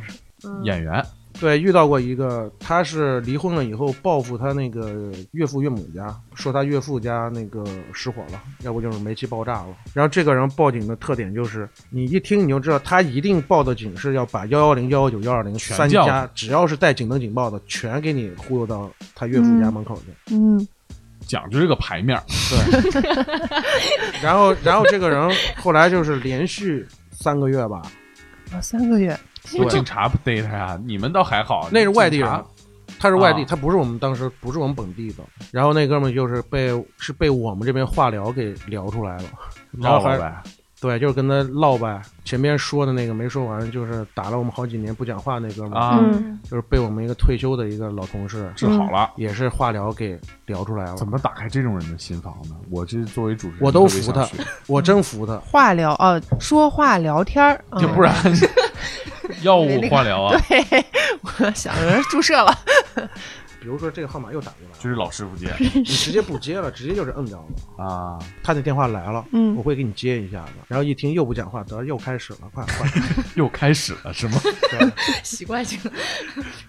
Speaker 2: 演员，
Speaker 1: 对，遇到过一个，他是离婚了以后报复他那个岳父岳母家，说他岳父家那个失火了，要不就是煤气爆炸了。然后这个人报警的特点就是，你一听你就知道，他一定报的警是要把幺幺零、幺幺九、幺二零
Speaker 2: 全
Speaker 1: 三
Speaker 2: 叫
Speaker 1: 家只要是带警灯警报的，全给你忽悠到他岳父家门口去。
Speaker 9: 嗯，
Speaker 2: 讲究这个牌面儿，嗯
Speaker 1: 然后，然后这个人后来就是连续三个月吧，
Speaker 6: 啊三个月，
Speaker 2: 不警察不逮他呀？你们倒还好，
Speaker 1: 那是外地人
Speaker 2: 警，
Speaker 1: 他是外地，
Speaker 2: 啊
Speaker 1: 他不是我们当时不是我们本地的。然后那哥们儿就是被是被我们这边话聊给聊出来了，*laughs*
Speaker 2: 察
Speaker 1: 然
Speaker 2: 唠
Speaker 1: 后还
Speaker 2: 了呗。
Speaker 1: 对，就是跟他唠呗。前面说的那个没说完，就是打了我们好几年不讲话那哥们儿，
Speaker 2: 啊，
Speaker 9: 嗯
Speaker 1: 就是被我们一个退休的一个老同事，
Speaker 2: 治好
Speaker 6: 嗯
Speaker 2: 了。
Speaker 1: 也是话聊给聊出来了。
Speaker 2: 怎么打开这种人的心房呢？我这作为主持人，
Speaker 1: 我都
Speaker 2: 特别
Speaker 1: 服
Speaker 2: 想
Speaker 1: 他
Speaker 2: *laughs* 学，
Speaker 1: 我真服他。
Speaker 6: 话聊哦，说话聊天儿，啊
Speaker 2: 要不
Speaker 6: *laughs*
Speaker 2: 然 *laughs* 药物化疗啊，
Speaker 6: 对，我想着注射了。
Speaker 1: 比如说这个号码又打过来了，
Speaker 2: 就是老师傅接 *laughs*
Speaker 1: 你直接不接了，直接就是摁掉了。
Speaker 2: 啊。
Speaker 1: 他那电话来了，
Speaker 9: 嗯
Speaker 1: 我会给你接一下的。然后一听又不讲话，得又开始了，快快。
Speaker 2: 又开始了是吗？
Speaker 1: 对
Speaker 4: 哎习惯性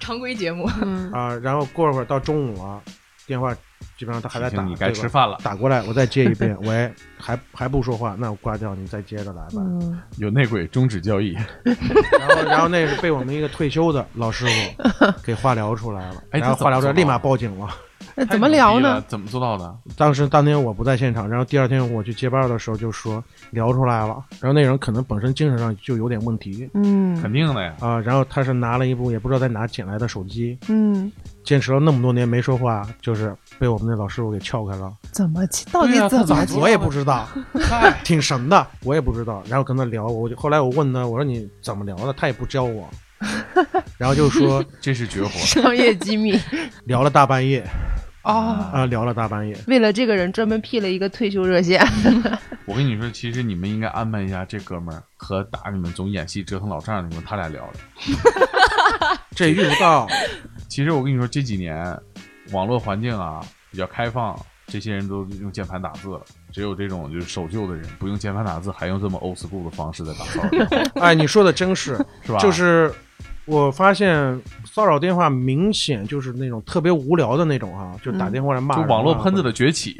Speaker 4: 常规节目，
Speaker 6: 嗯
Speaker 1: 啊，然后过一会儿到中午了，电话基本上他还在
Speaker 2: 提
Speaker 1: 打，
Speaker 2: 醒你该
Speaker 1: 对吧
Speaker 2: 吃饭了，
Speaker 1: 打过来，我再接一遍，喂，还还不说话，那我挂掉，你再接着来吧。
Speaker 6: 嗯，
Speaker 2: 有内鬼终止交易。
Speaker 1: 然后，然后那是被我们一个退休的老师傅给化疗出来了，
Speaker 2: 哎
Speaker 1: 然后
Speaker 2: 这怎么
Speaker 1: 化疗出来
Speaker 2: 做到
Speaker 1: 立马报警了，
Speaker 6: *laughs* 那
Speaker 2: 太
Speaker 6: 怎么
Speaker 2: 牛
Speaker 6: 聊
Speaker 2: 逼
Speaker 6: 呢
Speaker 2: 了？？怎么做到的？
Speaker 1: 当时当天我不在现场，然后第二天我去接班的时候就说聊出来了，然后那人可能本身精神上就有点问题
Speaker 6: 嗯
Speaker 2: 肯定的呀，
Speaker 1: 啊、然后他是拿了一部也不知道在哪捡来的手机，
Speaker 6: 嗯，
Speaker 1: 坚持了那么多年没说话，就是被我们那老师傅给撬开了，
Speaker 4: 怎么起到底
Speaker 2: 对啊
Speaker 4: 怎
Speaker 2: 他咋 *laughs*
Speaker 4: 么
Speaker 2: 做
Speaker 1: 哎我也不知道，挺神的，我也不知道，然后跟他聊，我就后来我问他，我说你怎么聊的，他也不教
Speaker 2: *laughs*
Speaker 1: 我，然后就说
Speaker 2: 这是绝活。
Speaker 6: *laughs*
Speaker 2: *laughs*
Speaker 6: 商业机密
Speaker 1: 聊了大半夜
Speaker 6: 哦。
Speaker 1: 啊、聊了大半夜，
Speaker 6: 为了这个人专门辟了一个退休热线，
Speaker 2: 我跟你说，其实你们应该安排一下这哥们儿和打你们总演戏折腾老丈人，你们他俩聊聊。
Speaker 1: 这也遇不
Speaker 2: *laughs*
Speaker 1: 到，
Speaker 2: 其实我跟你说，这几年网络环境啊比较开放，这些人都用键盘打字了。只有这种就是守旧的人，不用键盘打字，还用这么 old school 的方式在打骚扰
Speaker 1: *laughs*
Speaker 2: 电话，
Speaker 1: 哎，你说的真是。
Speaker 2: 是吧？
Speaker 1: 就是我发现骚扰电话明显就是那种特别无聊的那种哈、就打电话来骂
Speaker 2: 嗯就
Speaker 1: 人啊、
Speaker 2: 网络喷子
Speaker 1: 的，
Speaker 2: 的崛起，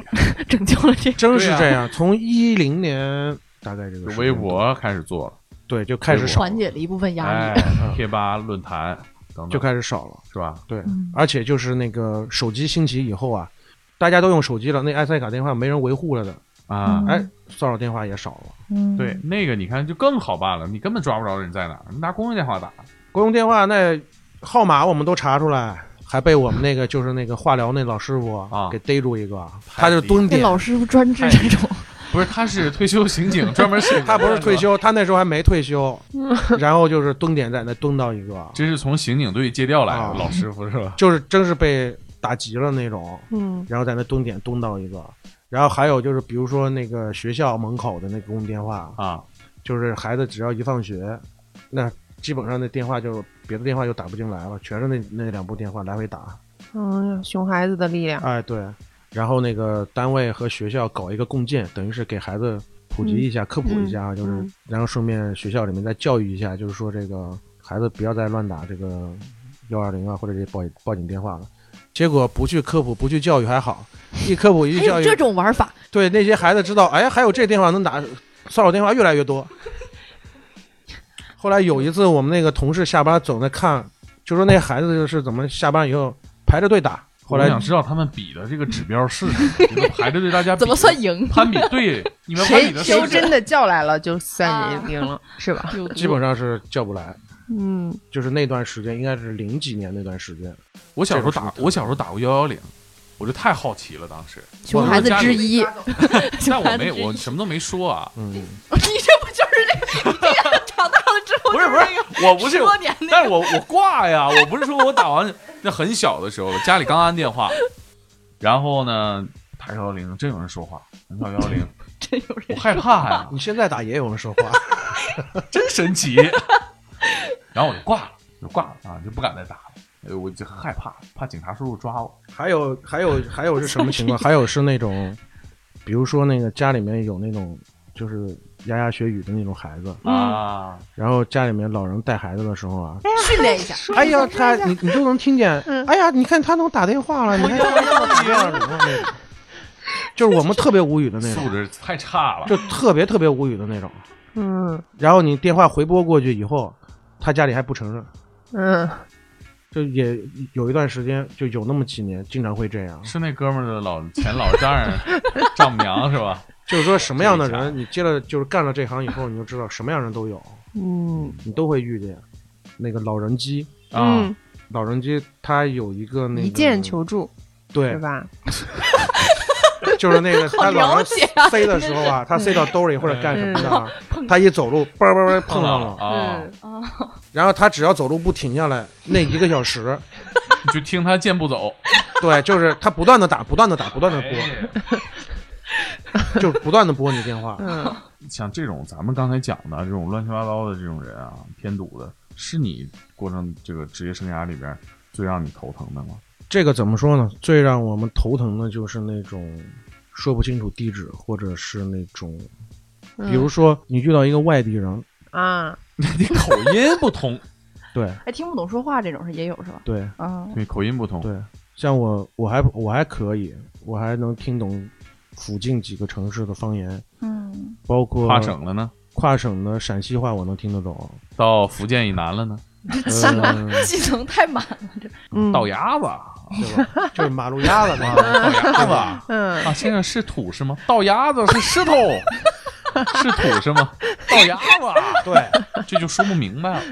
Speaker 10: 拯救了这
Speaker 1: 真是
Speaker 2: 对啊
Speaker 1: 这样。从一零年大概这
Speaker 2: 就
Speaker 1: 个时
Speaker 2: 微
Speaker 1: 间
Speaker 2: 博开始做了，
Speaker 1: 对就开始
Speaker 2: 微
Speaker 1: 少，
Speaker 4: 缓解了一部分压
Speaker 2: 哎
Speaker 4: 力？，
Speaker 2: 贴吧、论坛等等，
Speaker 1: 就开始少了。
Speaker 2: 是吧？
Speaker 1: 对，
Speaker 4: 嗯
Speaker 1: 而且就是那个手机兴起以后啊，大家都用手机了，那埃塞卡电话没人维护了的，
Speaker 2: 啊，
Speaker 4: 嗯
Speaker 1: 哎，骚扰电话也少了。
Speaker 4: 嗯，
Speaker 2: 对，那个你看就更好办了，你根本抓不着人在哪儿，你拿公用电话打，
Speaker 1: 公用电话那号码我们都查出来。还被我们那个就是那个化疗那老师傅
Speaker 2: 啊
Speaker 1: 给逮住一个，
Speaker 2: 太
Speaker 1: 他就
Speaker 2: 厉害
Speaker 1: 蹲
Speaker 4: 那
Speaker 1: 点，
Speaker 4: 老师傅专治这种，
Speaker 2: 不是，他是退休刑警，专门啊审
Speaker 1: *laughs* 他不是退，休，他那时候还没退休，
Speaker 4: 嗯
Speaker 1: 然后就是蹲点在那蹲到一个，
Speaker 2: 这是从刑警队借调来的
Speaker 1: 啊
Speaker 2: 老师傅是吧？
Speaker 1: 就是真是被打急了那种，
Speaker 6: 嗯，
Speaker 1: 然后在那蹲点蹲到一个。然后还有就是，比如说那个学校门口的那公用电话，
Speaker 2: 啊，
Speaker 1: 就是孩子只要一放学，那基本上那电话就别的电话就打不进来了，全是那那两部电话来回打。
Speaker 6: *laughs* 嗯，熊孩子的力
Speaker 2: *laughs*
Speaker 6: 量，
Speaker 1: 哎，对。然后那个单位和学校搞一个共建，等于是给孩子普及一下、科普一下啊，就是、
Speaker 6: 嗯
Speaker 1: 然后顺便学校里面再教育一下，就是说这个孩子不要再乱打这个幺二零啊或者这些报报警电话了。结果不去科普，不去教育还好，一科普一
Speaker 4: 还
Speaker 1: 去教
Speaker 4: 有
Speaker 1: 育，
Speaker 4: 这种玩法，
Speaker 1: 对那些孩子知道，哎，还有这电话能打，骚扰电话越来越多。后来有一次，我们那个同事下班总在看，就说那孩子就是怎么下班以后排着队打，后
Speaker 2: 我
Speaker 1: 来
Speaker 2: 想知道他们比的这个指标是什么，你们排着队大家比
Speaker 4: 怎么算赢？
Speaker 2: 攀比对，你们攀
Speaker 6: 谁
Speaker 2: 比的是啊
Speaker 6: 谁
Speaker 2: 谁
Speaker 6: 真的叫来了就算你赢
Speaker 2: *laughs*
Speaker 6: 了，是吧？
Speaker 4: 有毒
Speaker 1: 基本上是叫不来。
Speaker 6: 嗯，
Speaker 1: 就是那段时间，应该是零几年那段时间，
Speaker 2: 我小时候
Speaker 1: 这个
Speaker 2: 打
Speaker 1: 是，
Speaker 2: 我小时候打过幺幺零，我就太好奇了，当时，
Speaker 4: 熊孩子之一，
Speaker 2: *laughs* 但我
Speaker 4: 孩子
Speaker 2: 没
Speaker 4: 之一
Speaker 2: 我什么都没说啊，
Speaker 1: 嗯，
Speaker 4: *laughs* 你这不就是这个？你这样长大了之后
Speaker 2: 不是不是，我不是
Speaker 4: 多年 *laughs*
Speaker 2: 但是我我挂呀，我不是说我打完那很小的时候，家里刚安电话，然后呢打幺幺零，真有人说话，能到幺幺零，
Speaker 4: 真有
Speaker 2: 我
Speaker 4: 人
Speaker 2: 害怕呀，
Speaker 1: 你现在打也有人说话， *laughs*
Speaker 2: 真神奇。然后我就挂了，就挂了啊，就不敢再打了，哎呦我就害怕，怕警察叔叔抓我。
Speaker 1: 还有还有还有是什么情况？还有是那种，比如说那个家里面有那种就是牙牙学语的那种孩子，
Speaker 2: 啊，
Speaker 1: 然后家里面老人带孩子的时候啊，
Speaker 6: 训练一下，
Speaker 1: 哎呀，他你你都能听见，哎呀，你看他能打电话了，你看他能打电话了，那种就是我们特别无语的那
Speaker 2: 素
Speaker 1: 种，
Speaker 2: 质太差了。
Speaker 1: 就特别特别无语的那种。
Speaker 6: 嗯
Speaker 1: 然后你电话回拨过去以后，他家里还不承认，
Speaker 6: 嗯，
Speaker 1: 就也有一段时间就有那么几年，经常会这样。
Speaker 2: 是那哥们儿的老前老丈人丈母娘是吧？啊
Speaker 1: 就是说什么样的
Speaker 2: 这一家
Speaker 1: 人，你接了就是干了这行以后，你就知道什么样人都有，
Speaker 6: 嗯
Speaker 1: 你都会遇见。那个老人机，
Speaker 2: 啊，，
Speaker 1: 老人机他有一个那个
Speaker 6: 嗯一键求助是
Speaker 1: 对，
Speaker 6: 吧？
Speaker 1: 就是那个他老
Speaker 4: 了
Speaker 1: 人
Speaker 4: 解啊！
Speaker 1: 塞的时候啊，他塞到兜里或者干什么的啊， *laughs* 他一走路嘣嘣嘣碰上了，
Speaker 2: 啊，
Speaker 6: 嗯
Speaker 4: 啊，
Speaker 1: 然后他只要走路不停下来，那一个小时，
Speaker 2: 你就听他健步走，
Speaker 1: 对，就是他不断的打，不断的打，不断的拨，
Speaker 2: 哎
Speaker 1: 就是不断的拨你电话。
Speaker 6: 嗯
Speaker 2: 像这种咱们刚才讲的这种乱七八糟的这种人啊，偏赌的，是你过程这个职业生涯里边最让你头疼的吗？
Speaker 1: 这个怎么说呢？最让我们头疼的就是那种说不清楚地址，或者是那种，比如说你遇到一个外地人，
Speaker 6: 啊，
Speaker 2: 你口音不通，
Speaker 1: 对
Speaker 4: 哎
Speaker 10: 还听不懂说话这种是也有是吧？
Speaker 1: 对
Speaker 10: 啊，
Speaker 2: 对，口音不通，
Speaker 1: 对，像我我还我还可以，我还能听懂附近几个城市的方言，
Speaker 10: 嗯，
Speaker 1: 包括
Speaker 2: 跨省了呢，
Speaker 1: 跨省的陕西话我能听得懂，
Speaker 2: 到福建以南了呢，
Speaker 10: 这技能
Speaker 1: 呃，
Speaker 4: 嗯
Speaker 10: 技能太满了，这
Speaker 6: 嗯
Speaker 2: 到牙子啊，
Speaker 1: 对吧？就是马路牙子嘛。
Speaker 2: 啊，倒牙子啊，
Speaker 6: 嗯，
Speaker 2: 啊先生是土是吗？倒牙子是
Speaker 11: *laughs*
Speaker 2: 石头，是土是吗？倒牙子，
Speaker 1: 对
Speaker 2: 这就说不明白了啊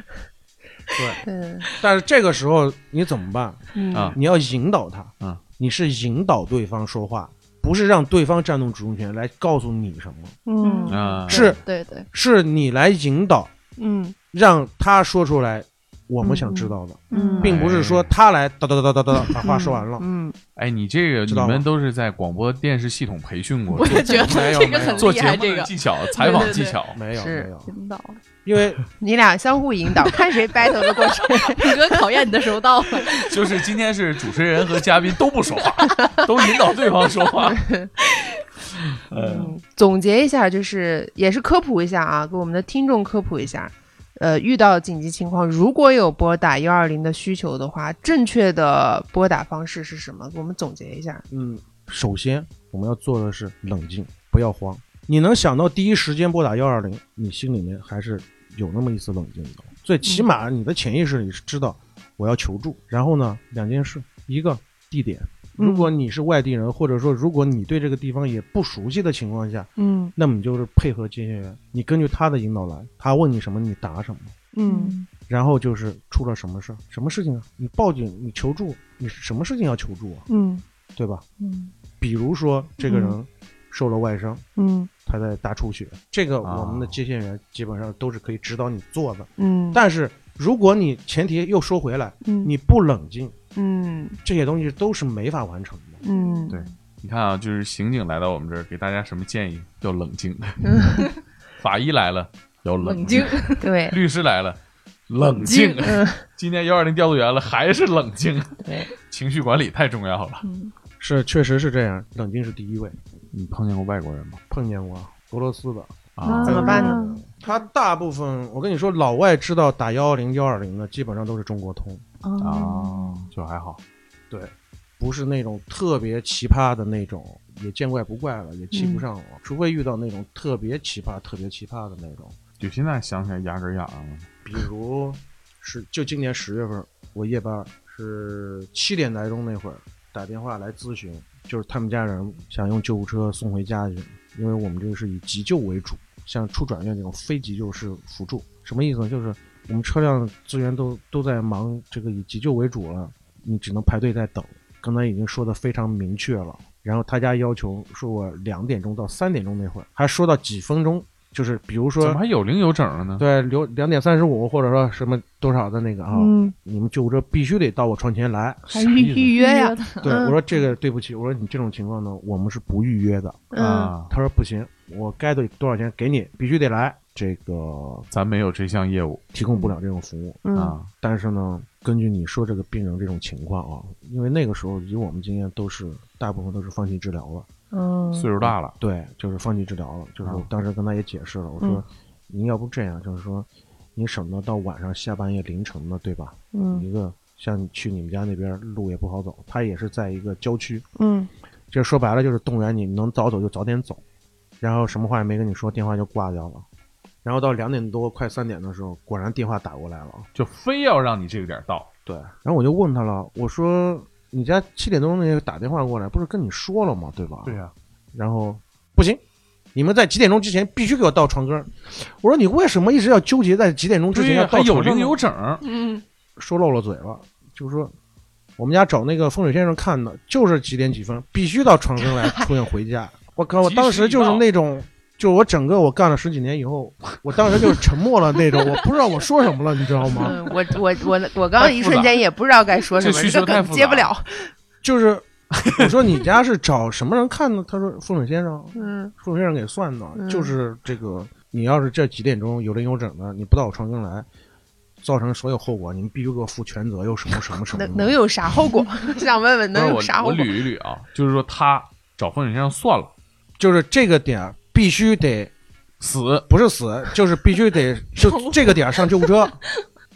Speaker 1: 对，
Speaker 6: 嗯
Speaker 1: 但是这个时候你怎么办？
Speaker 4: 嗯
Speaker 2: 啊
Speaker 1: 你要引导他，
Speaker 2: 嗯，
Speaker 1: 你是引导对方说话，不是让对方占动主动权来告诉你什么，
Speaker 4: 嗯
Speaker 2: 啊！
Speaker 1: 是
Speaker 4: *laughs* 对对，
Speaker 1: 是你来引导，
Speaker 4: 嗯
Speaker 1: 让他说出来我们想知道的，
Speaker 4: 嗯，
Speaker 1: 并不是说他来哒哒哒哒哒哒把话说完了。
Speaker 4: 嗯，
Speaker 2: 哎，你这个你
Speaker 1: 知道吗
Speaker 2: 们都是在广播电视系统培训过
Speaker 11: 我
Speaker 2: 的，
Speaker 11: 也觉得
Speaker 2: *laughs* 没有
Speaker 11: 这个
Speaker 2: 没有
Speaker 11: 很
Speaker 2: 做
Speaker 11: 厉
Speaker 2: 节
Speaker 11: 害，
Speaker 2: 目
Speaker 11: 这
Speaker 2: 的
Speaker 11: 个
Speaker 2: 技巧、采访技巧，
Speaker 4: 嗯
Speaker 1: 没有
Speaker 6: 是
Speaker 1: 没有，
Speaker 4: *laughs* 引导。
Speaker 1: 因为
Speaker 6: 你俩相
Speaker 2: *laughs*
Speaker 6: 互引导，看谁 battle 的过谁。
Speaker 11: 宇哥考验你的时候到了，
Speaker 2: 就是今天是主持人和嘉宾都
Speaker 11: *laughs*
Speaker 2: 不说话，都引导对方说话。 *laughs*
Speaker 6: 嗯，总结一下，就是也是科普一下啊，给我们的听众科普一下。呃，遇到紧急情况，如果有拨打幺二零的需求的话，正确的拨打方式是什么？给我们总结一下。
Speaker 1: 嗯，首先我们要做的是冷静，不要慌。你能想到第一时间拨打幺二零，你心里面还是有那么一丝冷静的。最起码你的潜意识里是知道我要求助。然后呢，两件事，一个地点，如果你是外地人，或者说如果你对这个地方也不熟悉的情况下，
Speaker 4: *laughs* 嗯
Speaker 1: 那么你就是配合接线员，你根据他的引导来，他问你什么你答什么。
Speaker 4: 嗯
Speaker 1: 然后就是出了什么事儿，什么事情啊？你报警，你求助，你什么事情要求助啊？
Speaker 4: 嗯
Speaker 1: 对吧？
Speaker 4: 嗯
Speaker 1: 比如说这个人受了外伤，
Speaker 4: 嗯
Speaker 1: 他在大出血，这个
Speaker 2: 啊
Speaker 1: 我们的接线员基本上都是可以指导你做的。
Speaker 4: 嗯，
Speaker 1: 但是如果你前提又说回来，
Speaker 4: 嗯
Speaker 1: 你不冷静，
Speaker 4: 嗯
Speaker 1: 这些东西都是没法完成的。
Speaker 4: 嗯
Speaker 2: 对你看啊，就是刑警来到我们这儿，给大家什么建议？要冷
Speaker 11: *laughs*
Speaker 2: 静。法医来了，要
Speaker 11: 冷
Speaker 2: 静
Speaker 11: 静。。
Speaker 2: *laughs*
Speaker 6: 对
Speaker 2: 律师来了，冷静。 *laughs* 今天幺二零调度员了，还是冷静。
Speaker 6: 对，
Speaker 2: 情绪管理太重要了。
Speaker 1: 是，确实是这样，冷静是第一位。
Speaker 2: 你碰见过外国人吗？
Speaker 1: 碰见过俄罗斯的，哎
Speaker 2: 啊，
Speaker 6: 怎么办呢？
Speaker 1: 他大部分我跟你说，老外知道打幺幺零幺二零的，基本上都是中国通，
Speaker 4: 嗯
Speaker 2: 啊，就还好。
Speaker 1: 不是那种特别奇葩的那种，也见怪不怪了，也气
Speaker 6: 嗯
Speaker 1: 不上我，除非遇到那种特别奇葩、特别奇葩的那种。
Speaker 2: 就现在想起来牙根痒痒了。
Speaker 1: 比如是就今年十月份，我夜班是七点来钟那会儿打电话来咨询，就是他们家人想用救护车送回家去，因为我们这个是以急救为主，像出转院这种非急救是辅助。什么意思呢？就是我们车辆资源都都在忙这个以急救为主了，你只能排队在等。刚才已经说的非常明确了，然后他家要求说我两点钟到三点钟那会儿，还说到几分钟，就是比如说
Speaker 2: 怎么还有零有整的呢？
Speaker 1: 对，留两点三十五或者说什么多少的那个啊，
Speaker 4: 嗯，
Speaker 1: 你们救护车必须得到我床前来。
Speaker 4: 还
Speaker 2: 哦啥意
Speaker 4: 预
Speaker 2: 思
Speaker 4: 预约呀，
Speaker 1: 对，
Speaker 6: 嗯
Speaker 1: 我说这个对不起，我说你这种情况呢，我们是不预约的。
Speaker 6: 嗯，
Speaker 2: 啊，
Speaker 1: 他说不行，我该多多少钱给你，必须得来。这个
Speaker 2: 咱没有这项业务
Speaker 1: 提供不了这种服务，
Speaker 4: 嗯
Speaker 2: 啊。
Speaker 1: 但是呢，根据你说这个病人这种情况啊，因为那个时候以我们经验都是大部分都是放弃治疗了，
Speaker 4: 嗯
Speaker 2: 岁数大了，
Speaker 1: 对，就是放弃治疗了。就是我
Speaker 2: 啊
Speaker 1: 当时跟他也解释了，我说、您要不这样，就是说您省得到晚上下半夜凌晨的，对吧？
Speaker 4: 嗯
Speaker 1: 一个像你去你们家那边路也不好走，它也是在一个郊区，
Speaker 4: 嗯
Speaker 1: 这说白了就是动员你能早走就早点走，然后什么话也没跟你说，电话就挂掉了。然后到两点多快三点的时候，果然电话打过来了。
Speaker 2: 就非要让你这个点儿到。
Speaker 1: 对，然后我就问他了，我说你家七点钟那个打电话过来，不是跟你说了吗？对吧？
Speaker 2: 呀，
Speaker 1: 然后不行，你们在几点钟之前必须给我到床根儿。我说你为什么一直要纠结在几点钟之
Speaker 2: 对
Speaker 1: 前
Speaker 2: 呀
Speaker 1: 要，
Speaker 2: 还
Speaker 1: 到
Speaker 2: 有
Speaker 1: 床
Speaker 2: 零
Speaker 1: 上呢？
Speaker 2: 有整儿。
Speaker 11: 嗯，
Speaker 1: 说漏了嘴了，就是说我们家找那个风水先生看的，就是几点几分必须到床
Speaker 6: *laughs*
Speaker 1: 上来出院回家。我靠，我当时就是那种，就我整个我干了十几年以后，我当时就是沉默了那种，我不知道我说什么了，你知道吗？
Speaker 6: 嗯，我我我我刚刚一瞬间也不知道该说什
Speaker 2: 这
Speaker 6: 么，
Speaker 2: 需
Speaker 6: 这
Speaker 2: 求
Speaker 6: 个
Speaker 2: 太
Speaker 6: 梗
Speaker 2: 复杂
Speaker 6: 接不了。
Speaker 1: 就是我说你家是找什么人看的？他说风水先生，
Speaker 6: 嗯
Speaker 1: 风水先生给算的，
Speaker 6: 嗯
Speaker 1: 就是这个，你要是这几点钟有零有整的，你不到我床上来。造成所有后果，你们必须给我负全责，又什么什么什么的。
Speaker 6: 能能有啥后果？想问问
Speaker 2: 不是
Speaker 6: 能
Speaker 2: 我
Speaker 6: 有啥后
Speaker 2: 我
Speaker 6: 果
Speaker 2: 捋？一捋啊，就是说他找风水先生算了，
Speaker 1: 就是这个点儿必须得
Speaker 2: 死
Speaker 1: 不是死，
Speaker 12: *laughs*
Speaker 1: 就是必须得就这个点儿上救护车，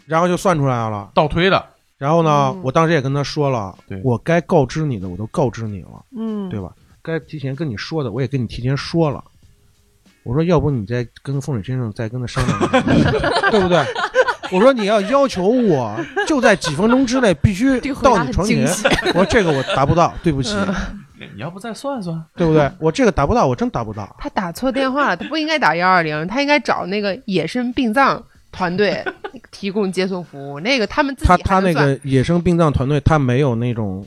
Speaker 1: 然后就算出来了。
Speaker 2: 倒推的，
Speaker 1: 然后呢，
Speaker 6: 嗯
Speaker 1: 我当时也跟他说了
Speaker 2: 对，
Speaker 1: 我该告知你的我都告知你了，
Speaker 4: 嗯
Speaker 1: 对吧？该提前跟你说的我也跟你提前说了。
Speaker 12: *laughs*
Speaker 1: 我说，要不你再跟风水先生再跟他商量，一下，对不对？我说你要要求我就在几分钟之内必
Speaker 12: *laughs*
Speaker 1: 须
Speaker 12: 这个回答
Speaker 1: 到你
Speaker 12: 很嗯
Speaker 1: 床
Speaker 12: 惊
Speaker 1: 前，我说这个我达不到，对不起，
Speaker 2: 你要不再算算？
Speaker 1: 对不对？我这个达不到，我真达不到。
Speaker 6: 他打错电话了，他不应该打幺二零，他应该找那个野生殡葬
Speaker 1: *laughs*
Speaker 6: 团队提供接送服务。那个他们自己
Speaker 1: 他
Speaker 6: 还
Speaker 1: 他那
Speaker 6: 能算
Speaker 1: 个野生殡葬团队，他没有那种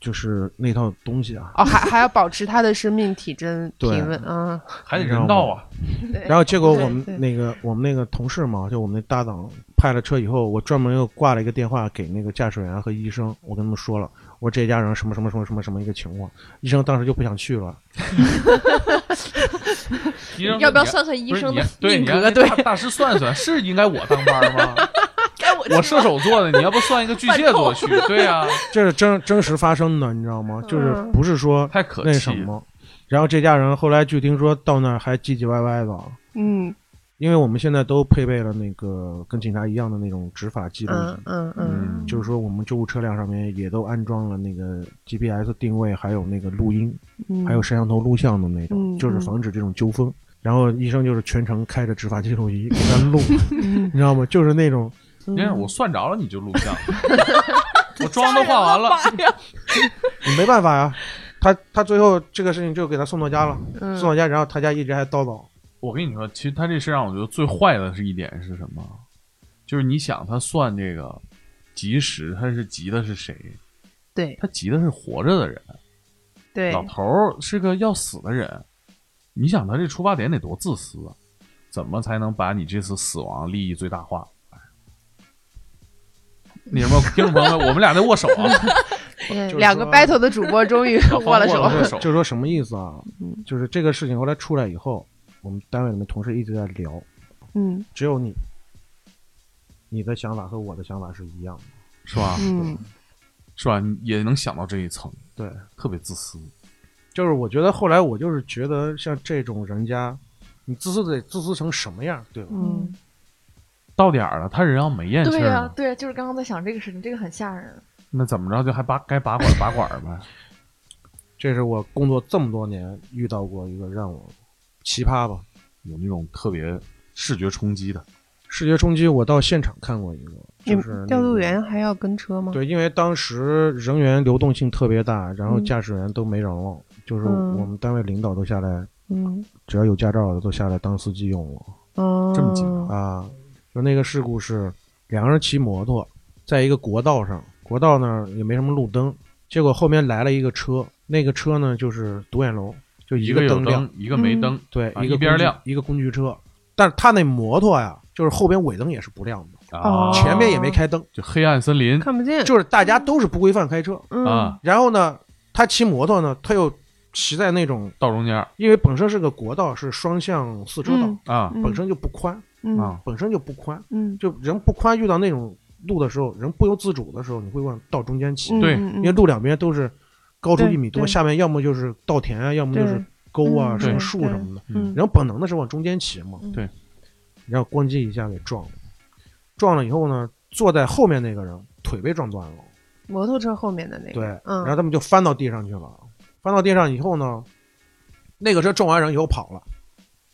Speaker 1: 就是那套东西啊。
Speaker 6: 哦，还还要保持他的生命体征
Speaker 1: *laughs* 对
Speaker 6: 平稳啊。
Speaker 2: 还得人道啊！
Speaker 1: 然后结果我
Speaker 6: 对
Speaker 1: 们
Speaker 6: 对
Speaker 1: 那个我们那个同事嘛，就我们那搭档派了车以后，我专门又挂了一个电话给那个驾驶员和医生，我跟他们说了，我这家人什么什么什么什么什么一个情况，医生当时就不想去了。
Speaker 2: 医生说
Speaker 4: 嗯要不要
Speaker 2: 你
Speaker 4: 算算医
Speaker 2: 不是
Speaker 4: 生
Speaker 2: 你
Speaker 4: 的
Speaker 2: 对
Speaker 4: 命
Speaker 2: 你让
Speaker 4: 格？
Speaker 2: 那
Speaker 4: 对，
Speaker 2: 大大师算算，是应该我当班吗？
Speaker 4: *laughs* 该我
Speaker 2: 我射手座的，你要不算一个巨蟹座去？对呀、
Speaker 1: 这是真真实发生的，你知道吗？就是
Speaker 6: 嗯
Speaker 1: 不是说
Speaker 2: 太可
Speaker 1: 那
Speaker 2: 气
Speaker 1: 什
Speaker 2: 了。
Speaker 1: 么。然后这家人后来就听说到那儿还唧唧歪歪的，
Speaker 6: 嗯
Speaker 1: 因为我们现在都配备了那个跟警察一样的那种执法记录仪
Speaker 6: 嗯，嗯嗯，
Speaker 1: 嗯，就是说我们救护车辆上面也都安装了那个 GPS 定位，还有那个录音，
Speaker 6: 嗯
Speaker 1: 还有摄像头录像的那种，
Speaker 6: 嗯
Speaker 1: 就是防止这种纠纷。然后医生就是全程开着执法记录仪给他录，
Speaker 6: 嗯
Speaker 1: *laughs* 你知道吗？就是那种
Speaker 2: 你
Speaker 4: 嗯
Speaker 2: 看我算着了，你就录像，
Speaker 4: *laughs*
Speaker 2: 我妆都化完了，
Speaker 1: 你没办法呀、他他最后这个事情就给他送到家了，
Speaker 6: 嗯
Speaker 1: 送到家，然后他家一直还叨叨。
Speaker 2: 我跟你说，其实他这事让我觉得最坏的是一点是什么？就是你想他算这个及时，他是急的是谁？
Speaker 6: 对
Speaker 2: 他急的是活着的人，
Speaker 6: 对，
Speaker 2: 老头儿是个要死的人。你想他这出发点得多自私啊？怎么才能把你这次死亡利益最大化？哎你什么听众朋友们，我们俩在握手
Speaker 6: *laughs*
Speaker 2: 啊，
Speaker 6: 嗯
Speaker 1: 就是
Speaker 6: 两个
Speaker 1: 说
Speaker 6: battle 的主播
Speaker 1: *laughs*
Speaker 6: 终于握了
Speaker 2: 握
Speaker 6: 手
Speaker 2: 了。手
Speaker 1: 就是说什么意思啊？
Speaker 6: 嗯
Speaker 1: 就是这个事情后来出来以后，我们单位里面同事一直在聊，
Speaker 6: 嗯
Speaker 1: 只有你，你的想法和我的想法是一样的。
Speaker 2: 是吧？
Speaker 6: 嗯，
Speaker 2: 是吧？也能想到这一层，
Speaker 1: 对，
Speaker 2: 特别自私。
Speaker 1: 就是我觉得后来我就是觉得像这种人家，你自私得自私成什么样，对吧？
Speaker 6: 嗯
Speaker 2: 到点儿了，他人要没咽气
Speaker 4: 对
Speaker 2: 儿
Speaker 4: 呀、
Speaker 2: 呢，
Speaker 4: 对、呀，就是刚刚在想这个事情，这个很吓人。
Speaker 2: 那怎么着就还拔该拔管儿拔管儿呗？
Speaker 1: 这是我工作这么多年遇到过一个让我奇葩吧，
Speaker 2: 有那种特别视觉冲击的，
Speaker 1: 视觉冲击。我到现场看过一个，就是那个
Speaker 6: 嗯调度员还要跟车吗？
Speaker 1: 对，因为当时人员流动性特别大，然后
Speaker 6: 嗯
Speaker 1: 驾驶员都没人了，就是
Speaker 6: 嗯
Speaker 1: 我们单位领导都下来，
Speaker 6: 嗯
Speaker 1: 只要有驾照的都下来当司机用了。
Speaker 6: 哦，
Speaker 2: 这么紧
Speaker 1: 啊，就那个事故是两个人骑摩托在一个国道上，国道呢也没什么路灯，结果后面来了一个车，那个车呢就是独眼龙，就一
Speaker 2: 个
Speaker 1: 个
Speaker 2: 有
Speaker 1: 亮，
Speaker 2: 灯，一个没
Speaker 6: 嗯
Speaker 2: 灯，
Speaker 1: 对，
Speaker 2: 啊
Speaker 1: 一个
Speaker 2: 一边
Speaker 1: 工具
Speaker 2: 亮，
Speaker 1: 一个工具车，但是他那摩托呀，就是后边尾灯也是不亮的，
Speaker 2: 啊，
Speaker 6: 哦
Speaker 1: 前面也没开灯，
Speaker 2: 就黑暗森林
Speaker 6: 看不见。
Speaker 1: 就是大家都是不规范开车，
Speaker 6: 嗯
Speaker 2: 啊，
Speaker 1: 然后呢，他骑摩托呢，他又骑在那种，
Speaker 2: 道中间儿
Speaker 1: 因为本身是个国道，是双向四车道，
Speaker 6: 嗯
Speaker 2: 啊
Speaker 6: 嗯
Speaker 1: 本身就不宽，
Speaker 6: 嗯
Speaker 2: 啊，
Speaker 1: 本身就不宽。
Speaker 6: 嗯，
Speaker 1: 就人不宽，遇到那种路的时候，人不由自主的时候，你会往道中间骑，
Speaker 6: 嗯
Speaker 2: 对
Speaker 6: 嗯
Speaker 1: 因为路两边都是高出
Speaker 6: 对
Speaker 1: 一米多，
Speaker 6: 对
Speaker 1: 下面要么就是稻田啊，要么就是沟啊，
Speaker 6: 嗯
Speaker 1: 什么
Speaker 6: 对
Speaker 1: 树
Speaker 6: 对
Speaker 1: 什么的，
Speaker 6: 嗯
Speaker 1: 人本能的是往中间骑嘛。
Speaker 6: 嗯
Speaker 2: 对，
Speaker 1: 然后咣叽一下给撞了，撞了以后呢，坐在后面那个人腿被撞断了，
Speaker 6: 摩托车后面的那
Speaker 1: 对，
Speaker 6: 个，嗯
Speaker 1: 然后他们就翻到地上去了，翻到地上以后呢，那个车撞完人以后跑了。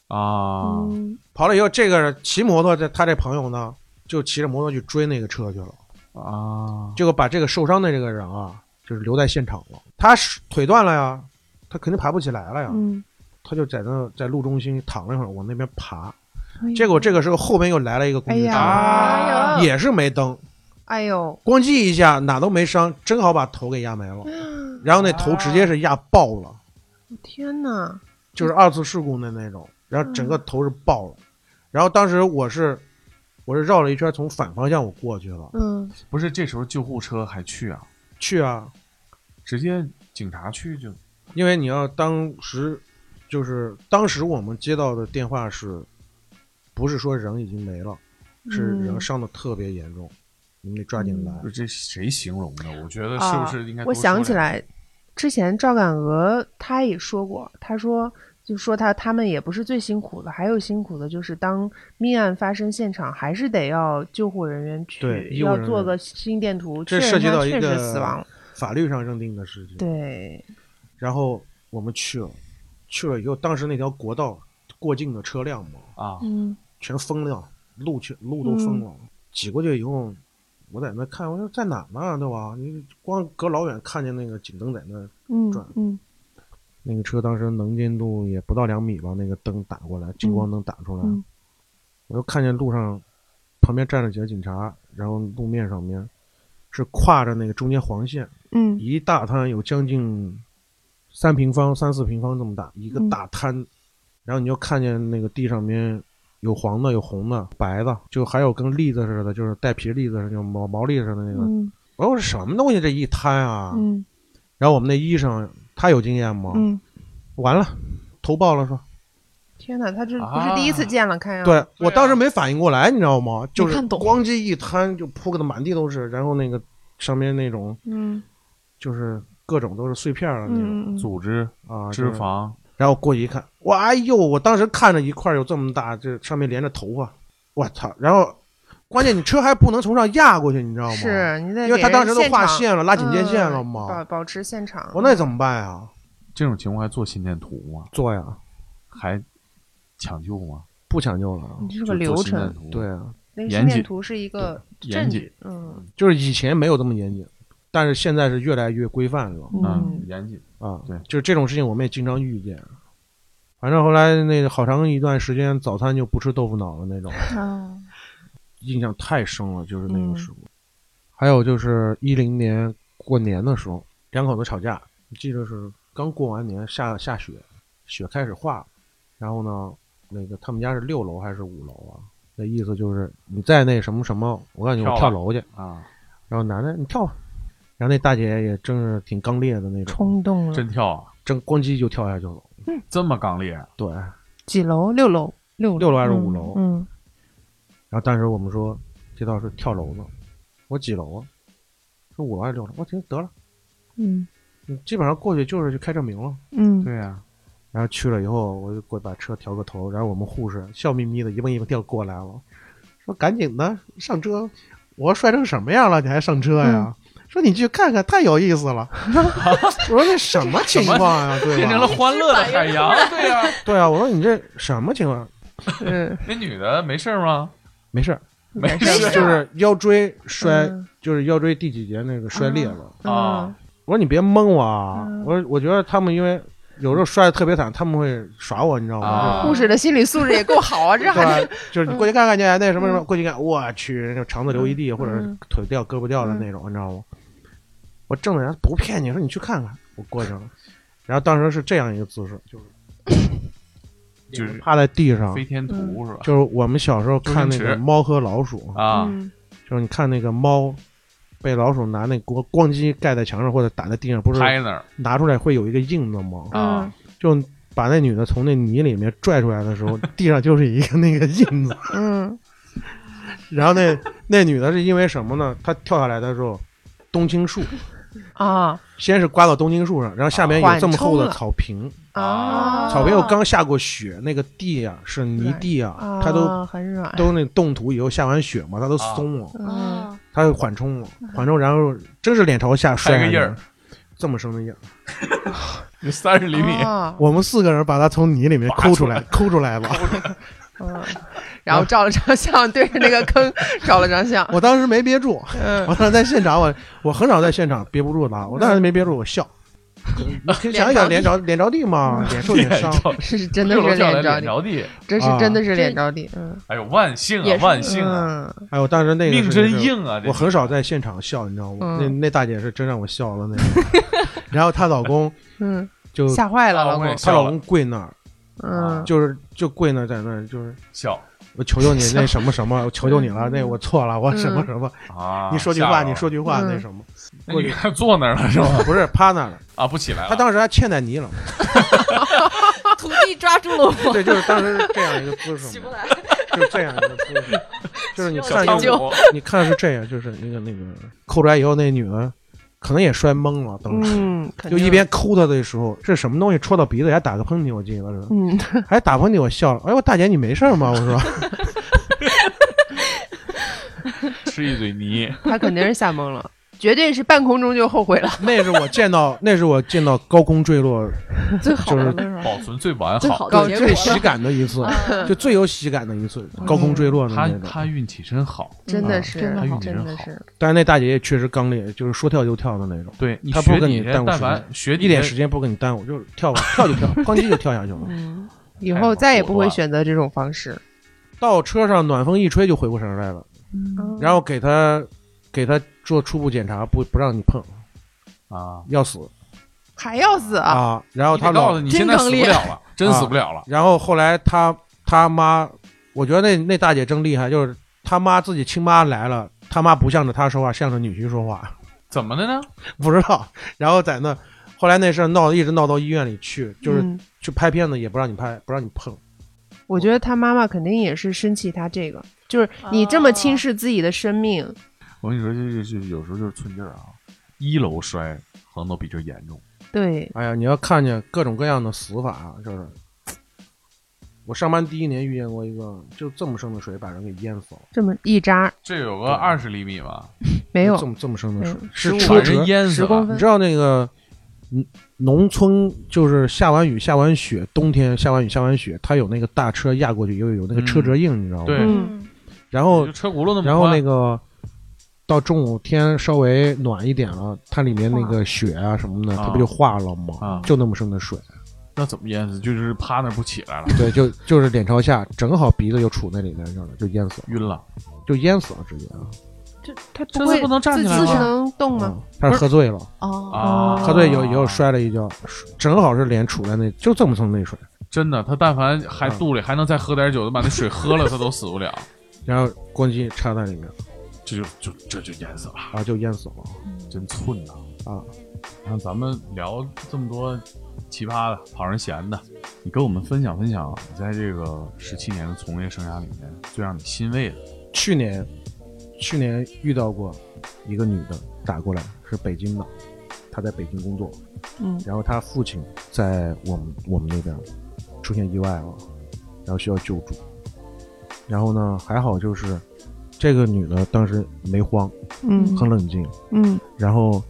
Speaker 2: 啊，
Speaker 6: 嗯
Speaker 1: 跑了以后，这个骑摩托的他这朋友呢，就骑着摩托去追那个车去了。
Speaker 2: 啊，
Speaker 1: 结果把这个受伤的这个人啊，就是留在现场了。他是腿断了呀，他肯定爬不起来了呀，
Speaker 6: 嗯，
Speaker 1: 他就在那在路中心躺了一会儿，往那边爬。
Speaker 6: 哎呦
Speaker 1: 结果这个时候后面又来了一个工
Speaker 6: 哎
Speaker 1: 具
Speaker 6: 呀，
Speaker 1: 车，
Speaker 6: 哎呦，
Speaker 1: 啊也是没灯，
Speaker 6: 哎呦，
Speaker 1: 咣叽一下哪都没伤，正好把头给压没了，
Speaker 6: 嗯
Speaker 1: 然后那头直接是压爆
Speaker 6: 啊
Speaker 1: 了，
Speaker 6: 天哪！
Speaker 1: 就是二次事故的那种，然后整个头是爆
Speaker 6: 嗯
Speaker 1: 了。然后当时我是我是绕了一圈从反方向我过去了，
Speaker 6: 嗯，
Speaker 2: 不是这时候救护车还去啊，
Speaker 1: 去啊，
Speaker 2: 直接警察去就
Speaker 1: 因为你要当时就是当时我们接到的电话是，不是说人已经没了，是
Speaker 6: 嗯
Speaker 1: 人伤的特别严重，你们得抓紧来。
Speaker 2: 就这谁形容的？我觉得是不是应该、
Speaker 6: 啊我想起，来，之前赵敢鹅他也说过，他说就说他他们也不是最辛苦的，还有辛苦的就是当命案发生现场，还是得要救护人员去，
Speaker 1: 对医护
Speaker 6: 要
Speaker 1: 人
Speaker 6: 做
Speaker 1: 员
Speaker 6: 个心电图，
Speaker 1: 这
Speaker 6: 确
Speaker 1: 涉
Speaker 6: 认
Speaker 1: 及
Speaker 6: 他
Speaker 1: 到一
Speaker 6: 确实
Speaker 1: 个
Speaker 6: 死亡了。
Speaker 1: 法律上认定的事情。
Speaker 6: 对，
Speaker 1: 然后我们去了，去了以后，当时那条国道过境的车辆嘛，
Speaker 2: 啊，
Speaker 6: 嗯
Speaker 1: 全封了，路全路都封了。挤过去以后，我在那看，我说在哪呢，对吧？你光隔老远看见那个警灯在那，
Speaker 12: 嗯
Speaker 1: 转
Speaker 12: 嗯
Speaker 1: 那个车当时能见度也不到两米吧，那个灯打过来，近光灯打出来，
Speaker 12: 嗯
Speaker 1: 我就看见路上旁边站着几个警察，然后路面上面是跨着那个中间黄线，
Speaker 12: 嗯
Speaker 1: 一大滩有将近三平方、三四平方这么大一个
Speaker 12: 嗯
Speaker 1: 大滩，然后你就看见那个地上面有黄的、有红的、白的，就还有跟栗子似的，就是带皮栗子似的，就毛毛栗子似的那个。
Speaker 12: 嗯
Speaker 1: 我说什么东西这一摊啊？
Speaker 12: 嗯
Speaker 1: 然后我们那医生他有经验吗？
Speaker 12: 嗯，
Speaker 1: 完了，头爆了说，
Speaker 6: 天哪，他这不是第一次见了，看样子。
Speaker 1: 啊对我当时没反应过来，你知道吗？就
Speaker 12: 没
Speaker 1: 是
Speaker 12: 看懂
Speaker 1: 咣叽一摊就扑个的满地都是，然后那个上面那种
Speaker 12: 嗯
Speaker 1: 就是各种都是碎片了那种、
Speaker 12: 嗯
Speaker 3: 组织、
Speaker 1: 啊
Speaker 3: 脂。
Speaker 1: 就是
Speaker 3: 肪，
Speaker 1: 然后过去一看，哇，哎呦！我当时看着一块有这么大，这上面连着头发，我操！然后关键你车还不能从上压过去，你知道吗？，
Speaker 6: 是你在
Speaker 1: 因为他当时都画
Speaker 6: 了，
Speaker 1: 线了，拉警戒线了
Speaker 6: 嗯
Speaker 1: 嘛
Speaker 6: 保。保持现场。嗯
Speaker 1: 我那怎么办呀？
Speaker 3: 这种情况还做心电图吗？
Speaker 1: 做呀，
Speaker 3: 还抢救吗？
Speaker 1: 不抢救了。
Speaker 6: 你这
Speaker 3: 这
Speaker 6: 个流程，，
Speaker 1: 对，啊，
Speaker 6: 那个
Speaker 3: 严
Speaker 6: 心电
Speaker 3: 谨
Speaker 6: 图是一个
Speaker 3: 严
Speaker 6: 证
Speaker 3: 谨
Speaker 6: 据，，嗯
Speaker 1: 就是以前没有这么严谨，但是现在是越来越规范了。
Speaker 3: 嗯，，严谨。
Speaker 1: 啊，
Speaker 3: 对
Speaker 1: 就是这种事情我们也经常遇见。反正后来那个好长一段时间，早餐就不吃豆腐脑了那种，
Speaker 12: 啊，
Speaker 1: 印象太深了，就是那个事故。还有就是一零年过年的时候，两口子吵架，我记得是刚过完年，下下雪，雪开始化了，然后呢，那个他们家是六楼还是五楼啊？那意思就是你再那什么什么，我感觉我
Speaker 3: 跳
Speaker 1: 跳
Speaker 3: 了
Speaker 1: 楼去。
Speaker 3: 啊，
Speaker 1: 然后男的你跳吧，然后那大姐也真是挺刚烈的那种，
Speaker 6: 冲动了。
Speaker 3: 真跳啊，
Speaker 1: 真咣叽就跳下去了。
Speaker 3: 这么刚烈，啊
Speaker 1: 对，
Speaker 6: 几楼？六楼，六
Speaker 1: 六楼还是五楼？
Speaker 6: 嗯，
Speaker 1: 然后当时我们说这道是跳楼的，我几楼啊？说五楼还是六楼？我听得了，
Speaker 12: 嗯
Speaker 1: 你基本上过去就是去开证明了。
Speaker 12: 嗯
Speaker 3: 对呀，
Speaker 1: 然后去了以后，我就过去把车调个头，然后我们护士笑眯眯的一蹦一蹦调过来了，说赶紧的上车，我说摔成什么样了，你还上车呀？说你去看看，太有意思了。我说这什么情况呀、对吧？
Speaker 3: 变成了欢乐的海洋。对呀，
Speaker 1: 对啊，我说你这什么情况？
Speaker 6: 嗯，
Speaker 3: 那女的没事吗？
Speaker 1: 没事儿，
Speaker 3: 没
Speaker 6: 事
Speaker 1: 就是腰椎摔，
Speaker 6: 嗯
Speaker 1: 就是腰椎第几节那个摔裂了。
Speaker 3: 啊，
Speaker 1: 我说你别蒙我啊！
Speaker 6: 嗯
Speaker 1: 我说我觉得他们因为有时候摔的特别惨，他们会耍我，你知道吗？
Speaker 3: 啊
Speaker 6: 护士的心理素质也够好啊，
Speaker 1: 对
Speaker 6: 这还是
Speaker 1: 吧，就是你过去看看去，那什么什
Speaker 6: 嗯
Speaker 1: 么，过去看，我去，那肠子流一地，或者是腿掉、胳膊掉的那
Speaker 6: 嗯
Speaker 1: 种，你知道吗？我正在不骗你，说你去看看，我过去了。然后当时是这样一个姿势，就是
Speaker 3: 就是
Speaker 1: 趴在地上，
Speaker 3: 飞天图是吧？
Speaker 1: 就是我们小时候看那
Speaker 3: 周星
Speaker 1: 个
Speaker 3: 驰
Speaker 1: 《猫和老鼠》，
Speaker 6: 嗯
Speaker 3: 啊，
Speaker 1: 就是你看那个猫被老鼠拿那锅咣叽盖在墙上或者打在地上，不是
Speaker 3: 拍那儿
Speaker 1: 拿出来会有一个印子吗？
Speaker 6: 嗯
Speaker 3: 啊，
Speaker 1: 就把那女的从那泥里面拽出来的时候，地上就是一个那个印子。
Speaker 6: 嗯
Speaker 1: 然后那那女的是因为什么呢？她跳下来的时候，冬青树
Speaker 6: 啊
Speaker 1: 先是刮到冬青树上，然后下面有这么厚的草坪，
Speaker 6: 哦
Speaker 3: 啊
Speaker 1: 草坪又刚下过雪，那个地啊是泥地啊
Speaker 6: 啊，，
Speaker 1: 它都
Speaker 6: 很软，
Speaker 1: 都那冻土以后下完雪嘛，它都松了，
Speaker 6: 嗯，
Speaker 1: 它就缓冲了，缓冲，然后真是脸朝下摔
Speaker 3: 拍
Speaker 1: 下
Speaker 3: 个
Speaker 1: 去
Speaker 3: 印儿，
Speaker 1: 这么深的印儿。
Speaker 3: 三十厘米，
Speaker 6: 啊
Speaker 1: 我们四个人把它从泥里面抠出来，抠出来了。
Speaker 6: 嗯， *laughs* 然后照了张相，对着那个坑照了张相，
Speaker 1: 我当时没憋住，
Speaker 6: 嗯
Speaker 1: 我当时在现场，我我很少在现场憋不住的啊，我当时没憋住，我笑。你可以想一想，脸朝脸朝地嘛，脸受点伤。
Speaker 6: 是真的
Speaker 3: 六楼
Speaker 6: 是
Speaker 3: 跳来
Speaker 6: 脸着
Speaker 3: 脸
Speaker 6: 地，
Speaker 3: 着地，
Speaker 6: 这是真的是脸着地，嗯
Speaker 3: 哎呦，万幸
Speaker 12: 也
Speaker 3: 啊，
Speaker 12: 是
Speaker 3: 万幸啊，
Speaker 6: 嗯
Speaker 1: 哎，我当时那个
Speaker 3: 命
Speaker 1: 是
Speaker 3: 真，硬啊！这
Speaker 1: 我很少在现场笑，你知道吗？
Speaker 6: 嗯
Speaker 1: 那那大姐是真让我笑了那
Speaker 6: *laughs*
Speaker 1: 个。然后她老公
Speaker 6: 嗯，
Speaker 1: 就
Speaker 6: 吓坏了老
Speaker 3: 我
Speaker 6: 公
Speaker 3: 也，
Speaker 1: 她
Speaker 3: 笑
Speaker 1: 老
Speaker 3: 了
Speaker 1: 公跪那儿，
Speaker 6: 嗯
Speaker 1: 就是就跪那儿在那儿，就是
Speaker 3: 笑
Speaker 1: 我求求你那什么什么，我求求你了，那我错了，我什么什么，
Speaker 3: 啊！
Speaker 1: 你说句
Speaker 3: 吓
Speaker 1: 话，
Speaker 3: 着
Speaker 1: 你
Speaker 3: 了
Speaker 1: 说句话，
Speaker 6: 嗯
Speaker 1: 那什么，
Speaker 3: 那女的坐那儿了是吧？
Speaker 1: 不是趴那
Speaker 3: *laughs*
Speaker 1: 儿了。
Speaker 3: 啊，不起来了。
Speaker 1: 她当时还嵌在泥里了，
Speaker 4: 徒弟抓住了我，
Speaker 1: 对，就是当时是这样一个姿势
Speaker 4: 起
Speaker 1: 嘛
Speaker 4: 不。来。
Speaker 1: 就是这样一个姿势，就是你
Speaker 3: 小
Speaker 1: 看
Speaker 3: 汤
Speaker 1: 那个，
Speaker 3: 姆
Speaker 1: 你看是这样，就是那个那个抠出来以后，那女的可能也摔懵了，当时、
Speaker 6: 嗯，肯
Speaker 1: 就
Speaker 6: 定
Speaker 1: 一边抠她的时候，这什么东西戳到鼻子，还打个喷嚏，我记得是，
Speaker 6: 嗯
Speaker 1: 还打喷嚏，我笑了，哎呦，大姐你没事儿吗？我说
Speaker 3: 吃一嘴泥，
Speaker 6: 他肯定是吓懵了，绝对是半空中就后悔了，
Speaker 1: 那是我见到，那是我见到高空坠落
Speaker 12: 最好的了
Speaker 1: 就
Speaker 12: 是吧？
Speaker 2: 保存最完
Speaker 12: 最
Speaker 2: 好。
Speaker 12: 好
Speaker 6: 高
Speaker 12: 的结果嗯
Speaker 1: 最
Speaker 12: 了
Speaker 1: 喜感的一次，就最有喜感的一次，高空坠落的
Speaker 2: 他
Speaker 1: 那种。
Speaker 2: 嗯他运气真好，
Speaker 6: 真的是，
Speaker 2: 哎
Speaker 12: 真的好
Speaker 6: 真的是，
Speaker 1: 但是那大姐也确实刚烈，就是说跳就跳的那种，
Speaker 2: 对你
Speaker 1: 她不
Speaker 2: 学
Speaker 1: 跟
Speaker 2: 你
Speaker 1: 你
Speaker 2: 这，
Speaker 1: 耽误
Speaker 2: 但
Speaker 1: 时间
Speaker 2: 凡学你
Speaker 1: 一点
Speaker 2: 这
Speaker 1: 时间不给你耽误，就是跳吧，
Speaker 12: *laughs*
Speaker 1: 跳就跳，咣叽就跳下去了。
Speaker 6: 嗯，以
Speaker 2: 太
Speaker 6: 后
Speaker 2: 果
Speaker 6: 再也不
Speaker 2: 果断
Speaker 6: 会
Speaker 2: 了
Speaker 6: 选择这种方式。
Speaker 1: 到车上暖风一吹就回过神儿来了，
Speaker 6: 哦
Speaker 12: 嗯
Speaker 1: 然后给他给他做初步检查，不不让你碰，
Speaker 2: 啊，
Speaker 1: 要死
Speaker 6: 还要死啊！
Speaker 1: 啊！然后
Speaker 2: 你得
Speaker 1: 他
Speaker 2: 告
Speaker 1: 老啊
Speaker 2: 诉，你
Speaker 12: 真
Speaker 2: 现在死
Speaker 12: 刚
Speaker 2: 不
Speaker 12: 烈
Speaker 2: 了
Speaker 1: *laughs*
Speaker 2: 了，真死不了了。
Speaker 1: 然后后来他他妈，我觉得那那大姐真厉害，就是他妈自己亲妈来了，他妈不向着他说话，向着女婿说话，
Speaker 2: 怎么的呢？
Speaker 1: 不知道。然后在那后来那事儿闹一直闹到医院里去，就是
Speaker 6: 嗯
Speaker 1: 去拍片子也不让你拍，不让你碰。
Speaker 6: 我觉得他妈妈肯定也是生气，他这个就是你这么轻视自己的生命，
Speaker 2: 我跟你说，就是就是有时候就是寸劲儿啊，一楼摔可能都比这严重。
Speaker 6: 对，
Speaker 1: 哎呀，你要看见各种各样的死法啊，就是。我上班第一年遇见过一个，就这么深的水把人给淹死了。
Speaker 6: 这么一扎
Speaker 2: 这有个二十厘米吧，
Speaker 6: 没有
Speaker 1: 这，么这么深的水，
Speaker 2: 哎嗯是
Speaker 1: 是
Speaker 2: 把
Speaker 1: 车
Speaker 2: 人
Speaker 1: 辙。
Speaker 2: 淹死
Speaker 6: 十公
Speaker 2: 了。
Speaker 1: 你
Speaker 6: 分
Speaker 1: 知，道那个，嗯，农村就是下完雨、下完雪，冬天下完雨、下完雪，它有那个大车压过去，有有那个车辙印，你知道吗？
Speaker 2: 对
Speaker 6: 嗯，
Speaker 1: 然后
Speaker 2: 就，车轱辘那么宽，
Speaker 1: 然后那个到中午天稍微暖一点了，它里面那个雪啊什么的，
Speaker 2: 啊
Speaker 1: 它不就化了吗？
Speaker 2: 啊
Speaker 1: 就那么深的水，
Speaker 2: 那怎么淹死？就是趴那儿不起来了，
Speaker 1: 对，就就是脸朝下，正好鼻子就杵那里面去了，就淹死了，
Speaker 2: 晕了。
Speaker 1: 就淹死了直接啊！
Speaker 6: 这他
Speaker 2: 这
Speaker 6: 不会
Speaker 2: 次不能站
Speaker 6: 自
Speaker 2: 起来
Speaker 6: 自
Speaker 2: 吗
Speaker 6: 能动吗？
Speaker 1: 嗯，他是喝醉了，
Speaker 12: 哦，
Speaker 2: 啊，
Speaker 1: 喝醉以后以后摔了一跤，正好是脸杵在那，就这么深那水。
Speaker 2: 真的，他但凡还肚里还能再喝点酒，他把那水喝了，他都死不 *laughs* 了，
Speaker 1: 然后咣叽插在里面，
Speaker 2: 这就就这就淹死了，
Speaker 1: 然后就淹死了。
Speaker 2: 真寸呐
Speaker 1: 啊！
Speaker 2: 然后咱们聊这么多奇葩的、讨人嫌的，你跟我们分享分享，你在这个十七年的从业生涯里面最让你欣慰的
Speaker 1: 去年，去年遇到过一个女的打过来，是北京的，她在北京工作，
Speaker 6: 嗯，
Speaker 1: 然后她父亲在我们我们那边出现意外了，然后需要救助，然后呢还好就是这个女的当时没慌，
Speaker 6: 嗯
Speaker 1: 很冷静，
Speaker 6: 嗯
Speaker 1: 然后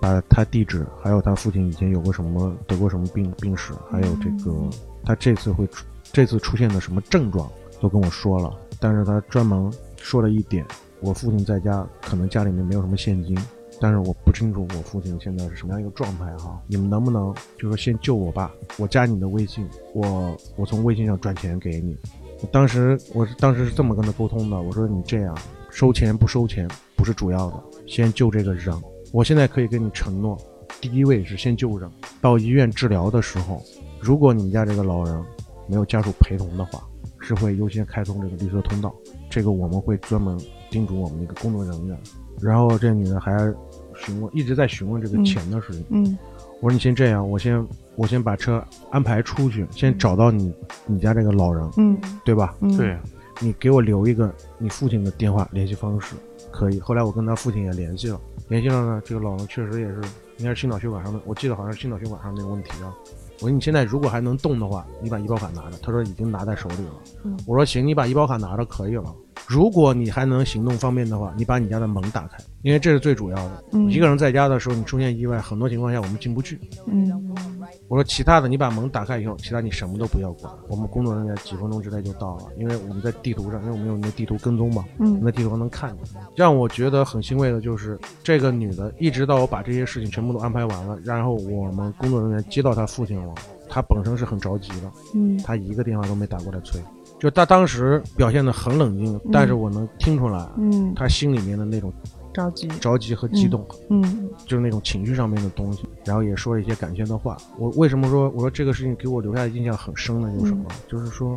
Speaker 1: 把她地址，还有她父亲以前有过什么得过什么病病史，还有这个她这次会出这次出现的什么症状都跟我说了，但是她专门说了一点，我父亲在家可能家里面没有什么现金。但是我不清楚我父亲现在是什么样一个状态哈、你们能不能就说先救我吧？我加你的微信，我我从微信上转钱给你。我当时我是当时是这么跟他沟通的，我说你这样收钱不收钱不是主要的，先救这个人。我现在可以跟你承诺，第一位是先救人。到医院治疗的时候，如果你们家这个老人没有家属陪同的话，是会优先开通这个绿色通道。这个我们会专门叮嘱我们那个工作人员。然后这女的还询问，一直在询问这个钱的事情。
Speaker 6: 嗯
Speaker 1: 我说你先这样，我先我先把车安排出去，先找到你你家这个老人，
Speaker 6: 嗯
Speaker 1: 对吧？
Speaker 6: 嗯，，
Speaker 1: 你给我留一个你父亲的电话联系方式，可以。后来我跟他父亲也联系了，联系上呢，这个老人确实也是，应该是心脑血管上的，我记得好像是心脑血管上那个问题啊。我说你现在如果还能动的话，你把医保卡拿着。他说已经拿在手里了。我说行，你把医保卡拿着可以了。如果你还能行动方便的话，你把你家的门打开，因为这是最主要的。一个人在家的时候，你出现意外，很多情况下我们进不去。
Speaker 6: 嗯
Speaker 1: 我说其他的你把门打开以后，其他你什么都不要管。我们工作人员几分钟之内就到了，因为我们在地图上，因为我们有那地图跟踪嘛，
Speaker 6: 嗯
Speaker 1: 那地图上能看见。让我觉得很欣慰的就是，这个女的一直到我把这些事情全部都安排完了，然后我们工作人员接到她父亲了，她本身是很着急的，
Speaker 6: 嗯
Speaker 1: 她一个电话都没打过来催。就她当时表现的很冷静，但是我能听出来，
Speaker 6: 嗯，
Speaker 1: 她心里面的那种
Speaker 6: 着急，
Speaker 1: 着急和激动。
Speaker 6: 嗯
Speaker 1: 就是那种情绪上面的东西，然后也说了一些感谢的话。我为什么说我说这个事情给我留下的印象很深呢？就是什么？就是说，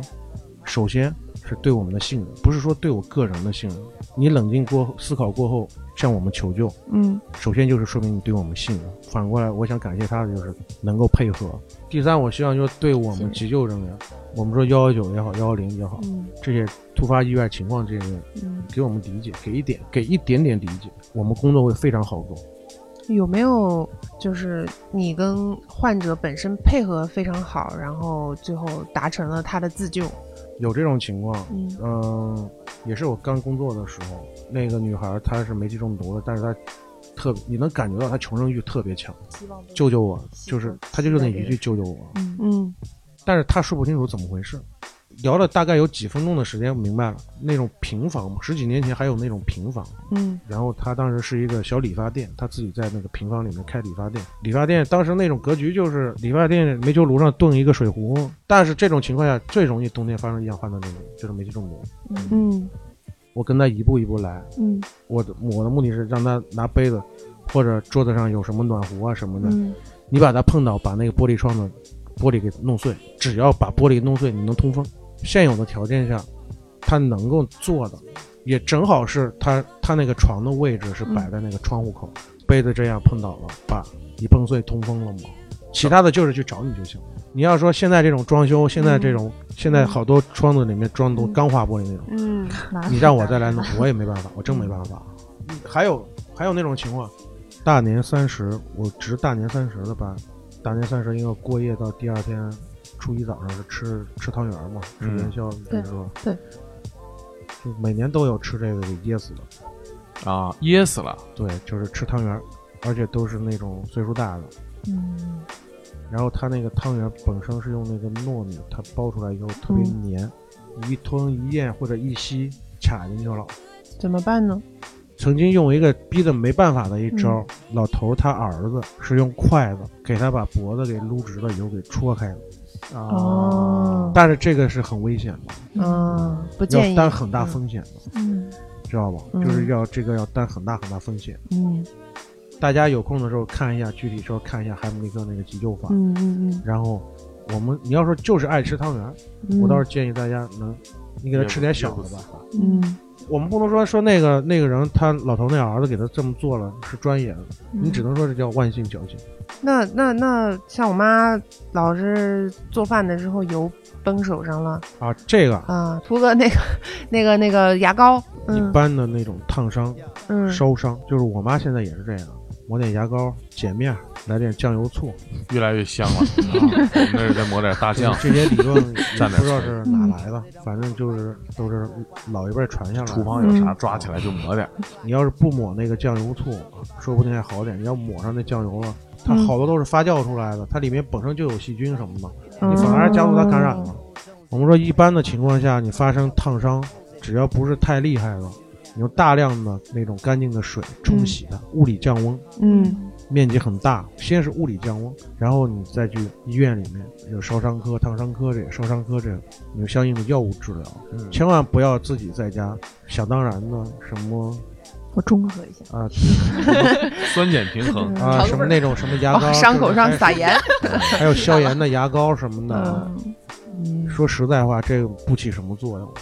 Speaker 1: 首先是对我们的信任，不是说对我个人的信任。你冷静过后思考过后向我们求救，
Speaker 6: 嗯
Speaker 1: 首先就是说明你对我们信任。反过来，我想感谢他的就是能够配合。第三，我希望就是对我们急救人员，我们说幺幺九也好，幺幺零也好，
Speaker 6: 嗯
Speaker 1: 这些突发意外情况这些人
Speaker 6: 嗯，
Speaker 1: 给我们理解，给一点，给一点点理解，我们工作会非常好做。
Speaker 6: 有没有就是你跟患者本身配合非常好，然后最后达成了他的自救？
Speaker 1: 有这种情况，
Speaker 6: 嗯
Speaker 1: 嗯，也是我刚工作的时候，那个女孩她是煤气中毒了，但是她特别，你能感觉到他求生欲特别强，
Speaker 12: 希望都
Speaker 1: 救救我！
Speaker 12: 希
Speaker 1: 就
Speaker 12: 望
Speaker 1: 是他就就那
Speaker 12: 希
Speaker 1: 一
Speaker 12: 望
Speaker 1: 句救救我，
Speaker 12: 嗯
Speaker 6: 嗯
Speaker 1: 但是他说不清楚怎么回事。聊了大概有几分钟的时间，我明白了，那种平房，十几年前还有那种平房，
Speaker 6: 嗯
Speaker 1: 然后他当时是一个小理发店，他自己在那个平房里面开理发店。理发店当时那种格局就是理发店煤球炉上炖一个水壶，但是这种情况下最容易冬天发生一氧化碳中毒，就是煤气中毒。
Speaker 6: 嗯
Speaker 1: 我跟他一步一步来，
Speaker 6: 嗯
Speaker 1: 我的我的目的是让他拿杯子或者桌子上有什么暖壶啊什么的，
Speaker 6: 嗯
Speaker 1: 你把它碰到，把那个玻璃窗的玻璃给弄碎，只要把玻璃弄碎，你能通风。现有的条件下，他能够做的，也正好是他他那个床的位置是摆在那个窗户口，杯子这样碰倒了，把一碰碎通风了嘛。其他的就是去找你就行。你要说现在这种装修，现在这种、现在好多窗子里面装的都钢化玻璃那种，
Speaker 6: 嗯
Speaker 12: 啊
Speaker 1: 你让我再来弄，我也没办法，我
Speaker 12: 嗯
Speaker 1: 真没办法。还有还有那种情况，大年三十我值大年三十的班，大年三十因为过夜到第二天初一早上是吃吃汤圆嘛，吃
Speaker 3: 嗯
Speaker 1: 元宵，
Speaker 12: 对
Speaker 1: 是吧？
Speaker 12: 对，
Speaker 1: 就每年都有吃这个给噎死的，
Speaker 2: 啊，噎死了，
Speaker 1: 对，就是吃汤圆，而且都是那种岁数大的。
Speaker 12: 嗯
Speaker 1: 然后它那个汤圆本身是用那个糯米，它包出来以后特别
Speaker 6: 嗯
Speaker 1: 黏，你一吞一咽或者一吸卡进去了。
Speaker 6: 怎么办呢？
Speaker 1: 曾经用一个逼得没办法的一招，
Speaker 6: 嗯
Speaker 1: 老头儿他儿子是用筷子给他把脖子给撸直了以后给戳开了，
Speaker 6: 哦
Speaker 1: 但是这个是很危险的，
Speaker 2: 嗯
Speaker 6: 啊，不建
Speaker 1: 要
Speaker 6: 议。
Speaker 1: 担很大风险的，
Speaker 12: 嗯
Speaker 1: 知道吧？
Speaker 6: 嗯
Speaker 1: 就是要这个要担很大很大风险。
Speaker 6: 嗯
Speaker 1: 大家有空的时候看一下，具体时候看一下海姆立克那个急救法，
Speaker 6: 嗯嗯
Speaker 1: 然后我们你要说就是爱吃汤圆儿，
Speaker 6: 嗯，
Speaker 1: 我倒是建议大家能，你给他吃点小的吧。
Speaker 6: 嗯
Speaker 1: 我们不能说说那个那个人他老头那儿子给他这么做了是专业的，
Speaker 6: 嗯
Speaker 1: 你只能说这叫万幸侥幸。
Speaker 6: 那那那，像我妈老是做饭的时候油崩手上了
Speaker 1: 啊，这个
Speaker 6: 啊，涂个那个那个那个牙膏，
Speaker 1: 一
Speaker 6: 嗯
Speaker 1: 般的那种烫伤、
Speaker 6: 嗯，
Speaker 1: 烧伤，就是我妈现在也是这样，抹点牙膏、碱面，来点酱油、醋，
Speaker 3: 越来越香了。啊我们这儿再抹点大
Speaker 1: 就
Speaker 2: *laughs*
Speaker 3: 酱，
Speaker 1: 是这些理
Speaker 3: *laughs*
Speaker 1: 论也
Speaker 3: 蘸点
Speaker 1: 不知道
Speaker 3: 醋
Speaker 1: 是
Speaker 6: 嗯
Speaker 1: 哪来的，反正就是都是老一辈传下来的。
Speaker 3: 厨
Speaker 6: 嗯
Speaker 3: 房有啥抓起来就抹点儿。
Speaker 1: 你要是不抹那个酱油醋，说不定还好点。你要抹上那酱油了，它
Speaker 6: 嗯
Speaker 1: 好多都是发酵出来的，它里面本身就有细菌什么的，
Speaker 6: 嗯
Speaker 1: 你反而加速它感染
Speaker 6: 哦
Speaker 1: 了。我们说一般的情况下，你发生烫伤，只要不是太厉害的，你用大量的那种干净的水冲洗它，物理降温，
Speaker 6: 嗯
Speaker 1: 面积很大。先是物理降温，然后你再去医院里面有烧伤科、烫伤科这个烧伤科这个，有相应的药物治疗。
Speaker 6: 嗯
Speaker 1: 千万不要自己在家想当然的什么
Speaker 12: 我中和一下，
Speaker 1: 啊
Speaker 3: 酸碱平
Speaker 2: *laughs*
Speaker 6: 嗯
Speaker 3: 衡，
Speaker 1: 啊，什么那种什么牙膏，
Speaker 6: 往哦伤口上撒盐，
Speaker 1: *laughs* 还有，还有消炎的牙膏什么的。
Speaker 12: 嗯
Speaker 1: 说实在话，这个不起什么作用，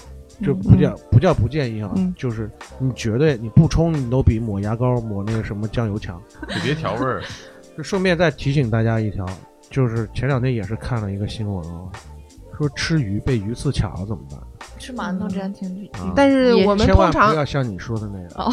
Speaker 1: 这不叫不叫不建议啊
Speaker 6: 嗯，
Speaker 1: 就是你绝对你不冲，你都比抹牙膏、抹那个什么酱油强。
Speaker 3: 就别调味儿。
Speaker 1: 就顺便再提醒大家一条，就是前两天也是看了一个新闻啊，说吃鱼被鱼刺卡了怎么办？
Speaker 4: 吃馒头粘天去。
Speaker 1: 啊
Speaker 6: 但是
Speaker 12: 也
Speaker 6: 我们
Speaker 1: 千万
Speaker 6: 通
Speaker 1: 不
Speaker 6: 常哦
Speaker 1: 要像你说的那样。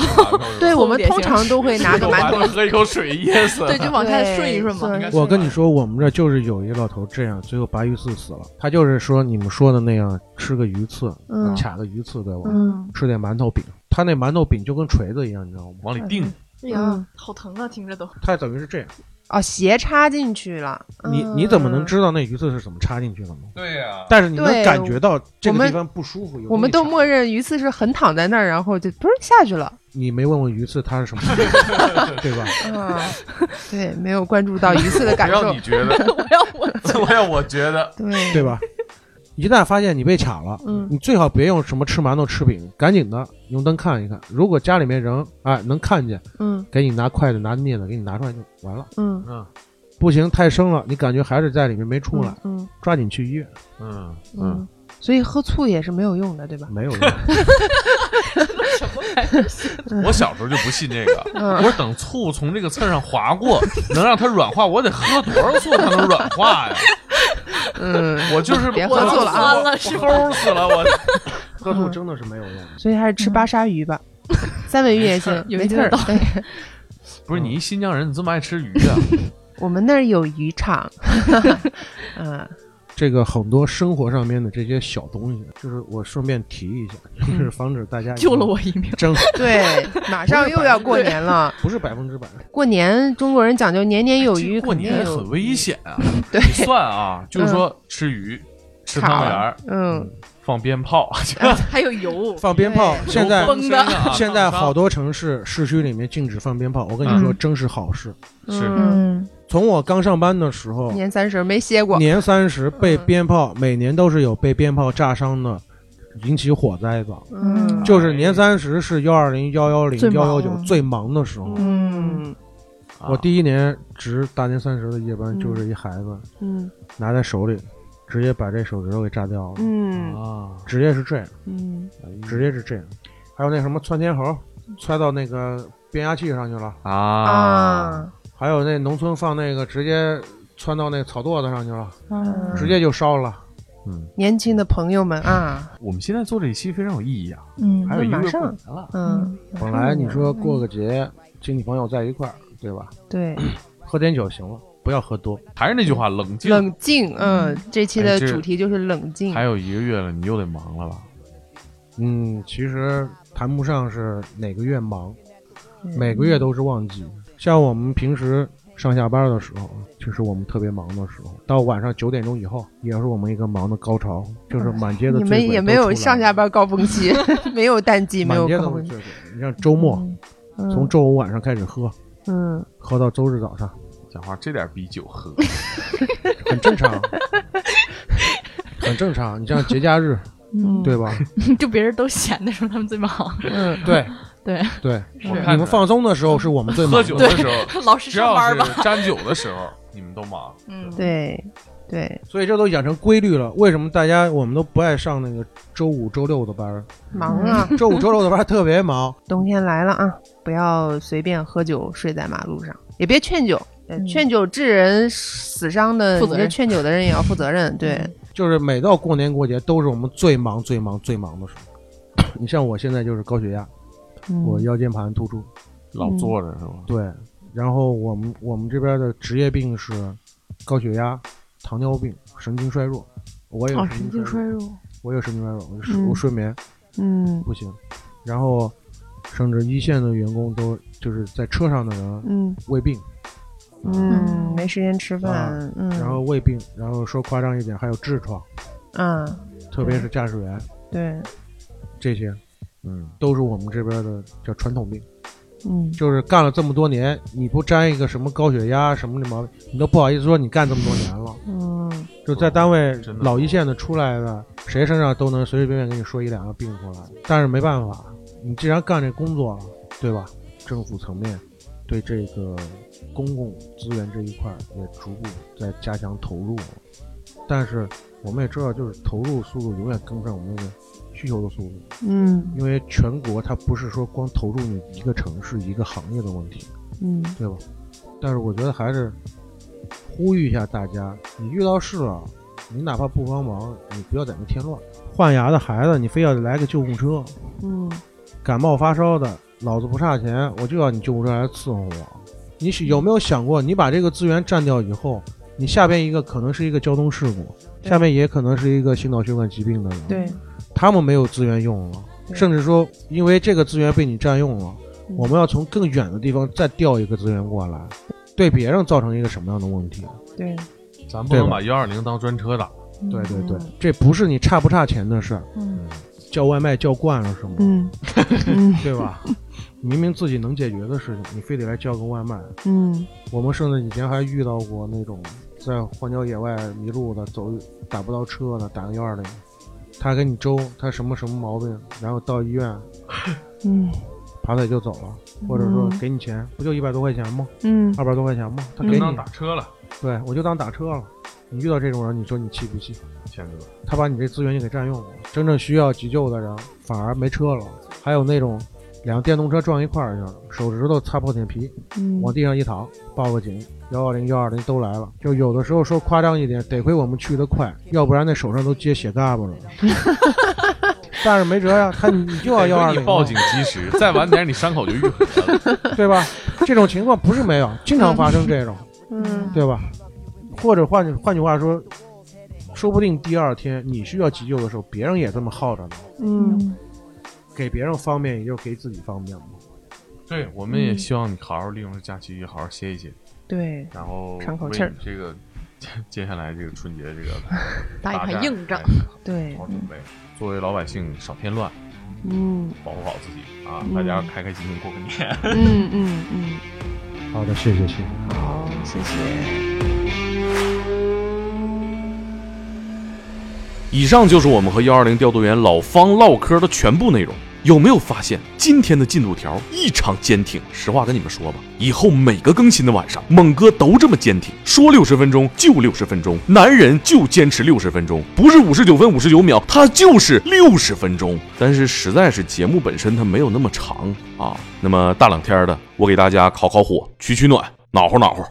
Speaker 6: 对我
Speaker 4: 齁
Speaker 6: 们
Speaker 4: 点
Speaker 6: 通
Speaker 4: 心
Speaker 6: 常都会拿个馒头，
Speaker 3: 喝一口水噎死。
Speaker 4: 对，就往下顺一顺嘛。
Speaker 6: 对
Speaker 1: 我跟你说，我们这就是有一老头这样，最后拔鱼刺死了。他就是说你们说的那样，吃个鱼刺，
Speaker 6: 嗯
Speaker 1: 卡个鱼刺对吧？
Speaker 6: 嗯
Speaker 1: 吃点馒头饼，他那馒头饼就跟锤子一样，你知道吗？
Speaker 3: 往里定，
Speaker 4: 哎
Speaker 6: 嗯
Speaker 4: 呀，好疼啊！听着都。
Speaker 1: 他等于是这样，
Speaker 6: 哦，斜插进去了，
Speaker 1: 你
Speaker 6: 嗯
Speaker 1: 你怎么能？知道那鱼刺是怎么插进去的呢？
Speaker 3: 对呀，
Speaker 1: 但是你能
Speaker 6: 对
Speaker 1: 感觉到这
Speaker 6: 我
Speaker 1: 个
Speaker 6: 们
Speaker 1: 地方不舒服。有
Speaker 6: 我们
Speaker 1: 内
Speaker 6: 都
Speaker 1: 伤
Speaker 6: 默认鱼刺是横躺在那儿，然后就不是下去了。
Speaker 1: 你没问问鱼刺 *laughs* 它是什么，对吧？
Speaker 6: 嗯， *laughs* 对，没有关注到鱼刺的
Speaker 3: 不
Speaker 6: 感
Speaker 3: 要
Speaker 6: 受
Speaker 3: 你。觉
Speaker 6: *laughs*
Speaker 3: 得，
Speaker 4: 我要我
Speaker 3: *laughs* 我要我觉得，
Speaker 6: 对
Speaker 1: 对吧？一旦发现你被卡了，
Speaker 6: 嗯
Speaker 1: 你最好别用什么吃馒头、吃饼，赶紧的用灯看一看。如果家里面人哎能看见，
Speaker 6: 嗯
Speaker 1: 给你拿筷子、拿镊子给你拿出来就完了。
Speaker 6: 嗯，
Speaker 1: 啊，不行，太生了，你感觉还是在里面没出来，
Speaker 6: 嗯
Speaker 1: 抓紧去医院，
Speaker 3: 嗯
Speaker 6: 嗯，所以喝醋也是没有用的，对吧？
Speaker 1: 没有
Speaker 6: *laughs*
Speaker 1: 用。
Speaker 3: 我小时候就不信这个，
Speaker 6: 嗯
Speaker 3: 我说等醋从这个刺儿上划过， *laughs* 能让它软化，我得喝多少醋才能软化呀？
Speaker 6: 嗯，
Speaker 3: 我就是
Speaker 6: 别
Speaker 3: 我
Speaker 6: 喝醋了啊
Speaker 3: 我齁死了我。
Speaker 1: 喝醋真的是没有用的。
Speaker 6: 嗯所以还是吃巴沙鱼吧，三文鱼也 *laughs* 行，
Speaker 12: 有
Speaker 6: 没
Speaker 12: 一
Speaker 6: 刺
Speaker 12: 定的
Speaker 6: 儿。
Speaker 12: 道
Speaker 6: 对，
Speaker 2: 不是你一新疆人，你这么爱吃鱼啊？
Speaker 6: *laughs* 我们那儿有渔场，嗯，
Speaker 1: 这个很多生活上面的这些小东西，就是我顺便提
Speaker 12: *laughs*
Speaker 1: 一下，就是防止大家
Speaker 12: 救了我一命。
Speaker 1: 真
Speaker 6: 对，马上又要过年了，
Speaker 1: 不是百分之百，
Speaker 6: 过年中国人讲究年 *laughs* 年有余，
Speaker 2: 这过年
Speaker 6: 肯定有
Speaker 2: 很危险啊！
Speaker 6: 对
Speaker 2: 你算啊，就是说吃鱼、吃汤圆儿、
Speaker 6: 嗯，
Speaker 2: 放鞭
Speaker 3: *laughs*
Speaker 2: 炮，
Speaker 12: 还有油，
Speaker 1: 放鞭炮。
Speaker 6: 对
Speaker 1: 现在
Speaker 2: 油崩身上啊
Speaker 1: 现在好
Speaker 2: 多
Speaker 1: 多城市市区里面禁止放鞭炮，我跟你说，真是好事。
Speaker 2: 是
Speaker 6: 嗯，
Speaker 12: 嗯，
Speaker 1: 从我刚上班的时候，
Speaker 6: 年三十没歇过，
Speaker 1: 年三十被
Speaker 6: 嗯
Speaker 1: 鞭炮，每年都是有被鞭炮炸伤的，引起火灾的。
Speaker 6: 嗯
Speaker 1: 就是年三十是幺二零、幺幺
Speaker 12: 哎
Speaker 1: 零、
Speaker 12: 最
Speaker 1: 幺幺
Speaker 12: 忙
Speaker 1: 九最忙的时候。
Speaker 6: 嗯
Speaker 1: 我第一年值大年三十的夜班，就是一孩子
Speaker 6: 嗯
Speaker 1: 拿在手里，直接把这手指头给炸掉了，
Speaker 6: 嗯
Speaker 2: 啊，
Speaker 1: 直接是这样，
Speaker 6: 嗯，
Speaker 1: 直接是这样。还有那什么窜天猴，窜到那个变压器上去了；
Speaker 2: 啊，
Speaker 6: 啊，
Speaker 1: 还有那农村放那个直接窜到那草垛子上去了，
Speaker 12: 嗯
Speaker 1: 直接就烧了。
Speaker 6: 年轻的朋友们啊，
Speaker 2: 我们现在做这一期非常有意义啊，
Speaker 12: 嗯
Speaker 2: 还有
Speaker 6: 那
Speaker 2: 一个
Speaker 6: 马
Speaker 2: 月过
Speaker 6: 上
Speaker 2: 年了，
Speaker 6: 嗯，
Speaker 1: 啊本来你说过个节，亲戚朋友在一块儿，对吧？
Speaker 6: 对，
Speaker 1: 喝点酒行了，不要喝多。
Speaker 2: 还是那句话，冷静。
Speaker 6: 冷静，嗯，这期
Speaker 2: 哎
Speaker 6: 的
Speaker 2: 这
Speaker 6: 主题就是冷静
Speaker 2: 还，有一个月了，你又得忙了吧？
Speaker 1: 嗯，其实谈不上是哪个月忙，
Speaker 6: 嗯
Speaker 1: 每个月都是旺季。像我们平时上下班的时候，就是我们特别忙的时候，到晚上九点钟以后，也是我们一个忙的高潮，就是满街的
Speaker 6: 哎
Speaker 1: 醉
Speaker 6: 你们
Speaker 1: 鬼
Speaker 6: 也
Speaker 1: 都
Speaker 6: 没
Speaker 1: 出
Speaker 6: 有
Speaker 1: 来
Speaker 6: 上下班高峰
Speaker 1: *laughs*
Speaker 6: 期，没有淡季，
Speaker 1: 了，
Speaker 6: 没
Speaker 1: 满街
Speaker 6: 有
Speaker 1: 的
Speaker 6: 高
Speaker 1: 醉
Speaker 6: 峰期，
Speaker 1: 鬼。你像周末，
Speaker 6: 嗯
Speaker 1: 从周五晚上开始喝，
Speaker 6: 嗯
Speaker 1: 喝到周日早上，
Speaker 2: 讲话这点儿逼酒喝，
Speaker 1: 很正常，很正常。你像节假日，
Speaker 6: 嗯，
Speaker 1: 对吧？
Speaker 12: *laughs* 就别人都闲的时候，他们最忙。 *laughs*
Speaker 6: 嗯， *laughs*
Speaker 1: 对
Speaker 12: 对，
Speaker 1: 对，
Speaker 2: 我
Speaker 1: 你
Speaker 2: 看
Speaker 1: 们
Speaker 2: 着
Speaker 1: 放松的时候是我们最忙
Speaker 2: 喝
Speaker 1: 的
Speaker 2: 酒的时候，
Speaker 12: 老师
Speaker 2: 只
Speaker 12: 上
Speaker 2: 要
Speaker 12: 班吧，
Speaker 2: 是沾酒的时候，你们都忙。
Speaker 12: 嗯，
Speaker 6: 对对，
Speaker 1: 所以这都养成规律了。为什么大家我们都不爱上那个周五、周六的班
Speaker 6: *laughs*
Speaker 1: 儿？
Speaker 6: 忙啊，
Speaker 1: 周五、周六的班儿特别忙，
Speaker 6: 冬天来了啊，不要随便喝酒，睡在马路上，也别劝酒。呃
Speaker 12: 嗯
Speaker 6: 劝酒致人死伤的，
Speaker 12: 负责任
Speaker 6: 你这劝酒的人也要负责
Speaker 1: 嗯
Speaker 6: 任。对，
Speaker 1: 就是每到过年过节都是我们最忙、最忙、最忙的时候。你像我现在就是高血压，
Speaker 12: 嗯
Speaker 1: 我腰间盘突出，
Speaker 6: 嗯
Speaker 2: 老坐着是吧？
Speaker 1: 对。然后我们我们这边的职业病是高血压、糖尿病、神经衰弱。我
Speaker 2: 嗯
Speaker 1: 也有哦神经衰弱，
Speaker 6: 弱，
Speaker 1: 我有神经衰弱，我睡
Speaker 6: 嗯
Speaker 1: 我睡眠
Speaker 6: 嗯
Speaker 1: 不行。然后甚至一线的员工都就是在车上的人
Speaker 6: 嗯
Speaker 1: 胃病。
Speaker 6: 嗯，没时间吃饭
Speaker 1: 啊，
Speaker 6: 嗯，
Speaker 1: 然后胃病，然后说夸张一点，还有痔疮，
Speaker 6: 啊，
Speaker 1: 特别是驾驶员
Speaker 6: 对，
Speaker 1: 这些，
Speaker 2: 嗯，
Speaker 1: 都是我们这边的叫传统病，
Speaker 6: 嗯，
Speaker 1: 就是干了这么多年，你不沾一个什么高血压什么的毛病，你都不好意思说你干这么多年了。
Speaker 6: 嗯
Speaker 1: 就在单位
Speaker 2: 哦真的
Speaker 1: 老一线的出来的，谁身上都能随随便便给你说一两个病出来，但是没办法，你既然干这工作了，对吧？政府层面对这个公共资源这一块儿也逐步在加强投入，但是我们也知道，就是投入速度永远跟不上我们那个需求的速度，
Speaker 6: 嗯
Speaker 1: 因为全国它不是说光投入你一个城市一个行业的问题，
Speaker 6: 嗯
Speaker 1: 对吧？但是我觉得还是呼吁一下大家，你遇到事了，你哪怕不帮忙，你不要在那添乱。换牙的孩子，你非要来个救护车；
Speaker 6: 嗯
Speaker 1: 感冒发烧的，老子不差钱，我就要你救护车来伺候我。你是有没有想过，你把这个资源占掉以后，你下边一个可能是一个交通事故，
Speaker 6: 对
Speaker 1: 下面也可能是一个心脑血管疾病的人，
Speaker 6: 对，
Speaker 1: 他们没有资源用了，
Speaker 6: 对
Speaker 1: 甚至说因为这个资源被你占用了，
Speaker 6: 嗯
Speaker 1: 我们要从更远的地方再调一个资源过来，对别人造成一个什么样的问题？
Speaker 6: 对
Speaker 2: 咱不能把幺二零当专车打。
Speaker 1: 对对对，这不是你差不差钱的事儿，
Speaker 6: 嗯
Speaker 1: 叫外卖叫惯了是吗？
Speaker 6: 嗯嗯
Speaker 1: 对
Speaker 6: *laughs*
Speaker 1: 吧？明明自己能解决的事情，你非得来叫个外卖。
Speaker 6: 嗯
Speaker 1: 我们甚至以前还遇到过那种在荒郊野外迷路的，走打不到车的，打个幺二零，他给你周他什么什么毛病，然后到医院
Speaker 6: 嗯
Speaker 1: 盘腿就走了，或者说
Speaker 6: 嗯
Speaker 1: 给你钱，不就一百多块钱吗？
Speaker 6: 嗯，
Speaker 1: 二百多块钱吗？他
Speaker 2: 就
Speaker 1: 给
Speaker 2: 当
Speaker 1: 你
Speaker 2: 打，车了，
Speaker 1: 对我就当打车了。你遇到这种人，你说你气不气？
Speaker 2: 谦哥，
Speaker 1: 他把你这资源就给占用了，真正需要急救的人反而没车了。还有那种两个电动车撞一块儿去了，手指头擦破点皮，往地上一躺，报个警，幺幺零、幺二零都来了。就有的时候说夸张一点，得亏我们去得快，要不然那手上都结血疙瘩了。但是没辙呀，他你就要幺二
Speaker 2: 得亏
Speaker 1: 零啊
Speaker 2: 你报警及 *laughs* 时，再晚点你伤口就愈合 *laughs* 了。
Speaker 1: 对吧？这种情况不是没有，经常发生这种。
Speaker 6: 嗯
Speaker 1: 对吧？或者换句换句话说，说不定第二天你需要急救的时候，别人也这么耗着呢。
Speaker 6: 嗯，
Speaker 1: 给别人方便，也就是给自己方便嘛。
Speaker 3: 对，我们
Speaker 6: 嗯
Speaker 3: 也希望你好好利用这假期，好好歇一歇，
Speaker 6: 对，
Speaker 3: 然后
Speaker 6: 喘口
Speaker 3: 为
Speaker 6: 气儿
Speaker 3: 你这个接下来这个春节这个
Speaker 4: 打一
Speaker 3: 大
Speaker 4: 场
Speaker 3: 战
Speaker 4: 硬仗
Speaker 3: 哎
Speaker 6: 对
Speaker 3: 好好准备。作为老百姓，少添乱，
Speaker 6: 嗯
Speaker 3: 保护好自己啊！大家开开心心过个年。
Speaker 6: 嗯嗯嗯，
Speaker 1: 好的，谢谢，谢谢。
Speaker 6: 好，谢谢。
Speaker 2: 以上就是我们和幺二零调度员老方唠嗑的全部内容。有没有发现今天的进度条异常坚挺？实话跟你们说吧，以后每个更新的晚上，猛哥都这么坚挺，说六十分钟就六十分钟，男人就坚持六十分钟，不是五十九分五十九秒，他就是六十分钟。但是实在是节目本身它没有那么长啊。那么大冷天的，我给大家烤烤火，取取暖，暖和暖和。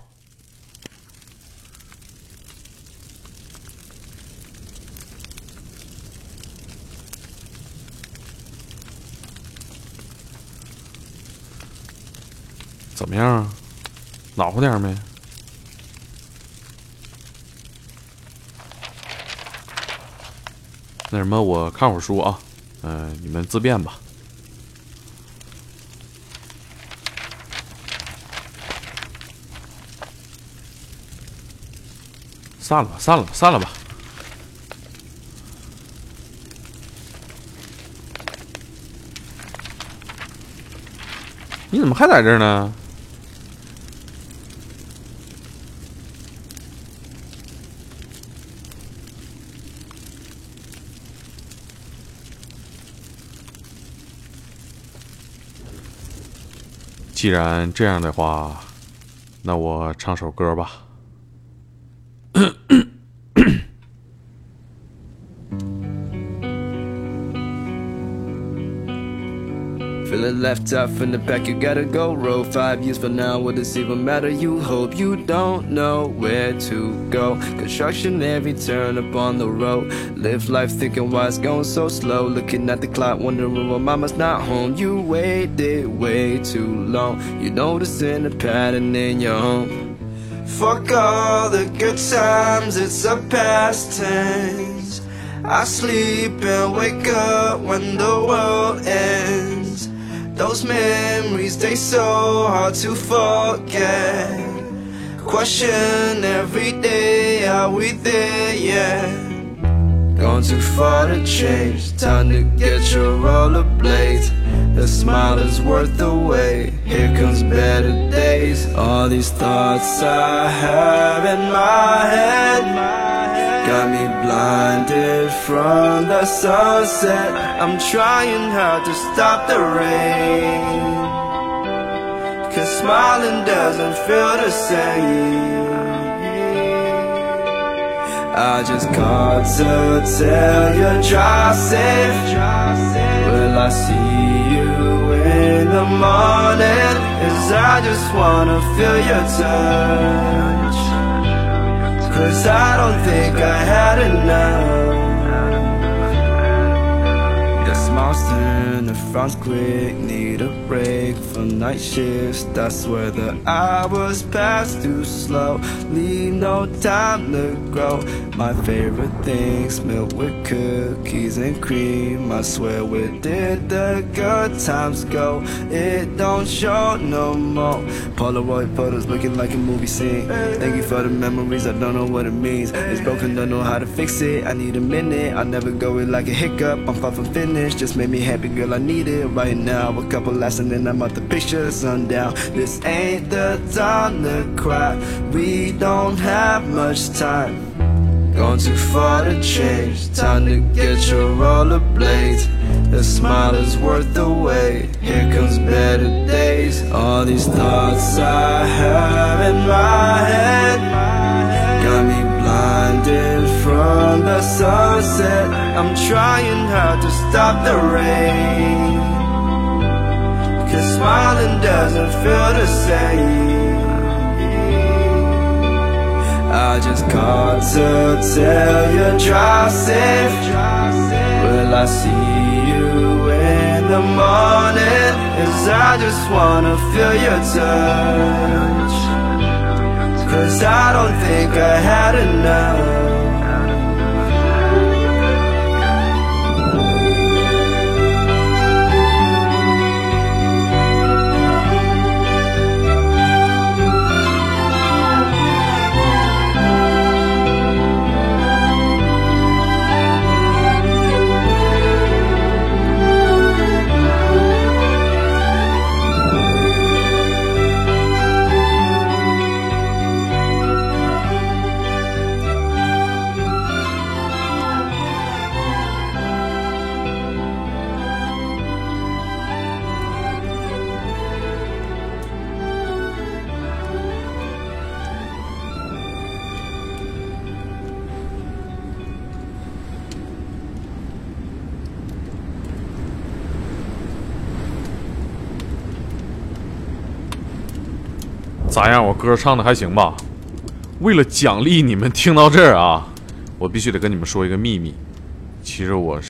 Speaker 2: 怎么样啊？暖和点儿没？那什么，我看会儿书啊，嗯、你们自便吧。散了吧，散了吧，散了吧。你怎么还在这儿呢？既然这样的话，那我唱首歌吧。
Speaker 13: Feeling left out from the back, you gotta go. Road five years from now, will this even matter? You hope you don't know where to go. Construction every turn up on the road. Live life thinking why it's going so slow. Looking at the clock, wondering why mama's not home. You waited way too long. You noticing a pattern in your home. Fuck all the good times, it's a past tense. I sleep and wake up when the world ends. Those memories, they so hard to forget. Question every day, are we there yet? Gone too far to change. Time to get your rollerblades. The smile is worth the wait. Here comes better days. All these thoughts I have in my head got me blinded from the sunset. I'm trying hard to stop the rain. Cause smiling doesn't feel the same. I just called to tell you drive safe. Will I see you in the morning? Cause I just wanna feel your touch. Cause I don't think I had enough. This monster in the front's quick, need a break from night shifts. That's where the hours pass too slow. Leave no time to grow. My favorite things, milk with cookies and cream. I swear where did the good times go? It don't show no more. Polaroid photos looking like a movie scene. Thank you for the memories, I don't know what it means. It's broken, don't know how to fix it. I need a minute, I never go it like a hiccup. I'm far from finished, just made me happy, girl. I need it right now. A couple laughs and then I'm out the picture, sundown. This ain't the time to cry. We don't have much time. Gone too far to change. Time to get your rollerblades. The smile is worth the wait. Here comes better days. All these thoughts I have in my head got me blinded from the sunset. I'm trying hard to stop the rain. Cause smiling doesn't feel the same. I just called to tell you drive safe. Will I see you in the morning? Cause I just wanna feel your touch. Cause I don't think I had enough.
Speaker 2: 咋样？我歌唱的还行吧？为了奖励你们听到这儿啊，我必须得跟你们说一个秘密，其实我是。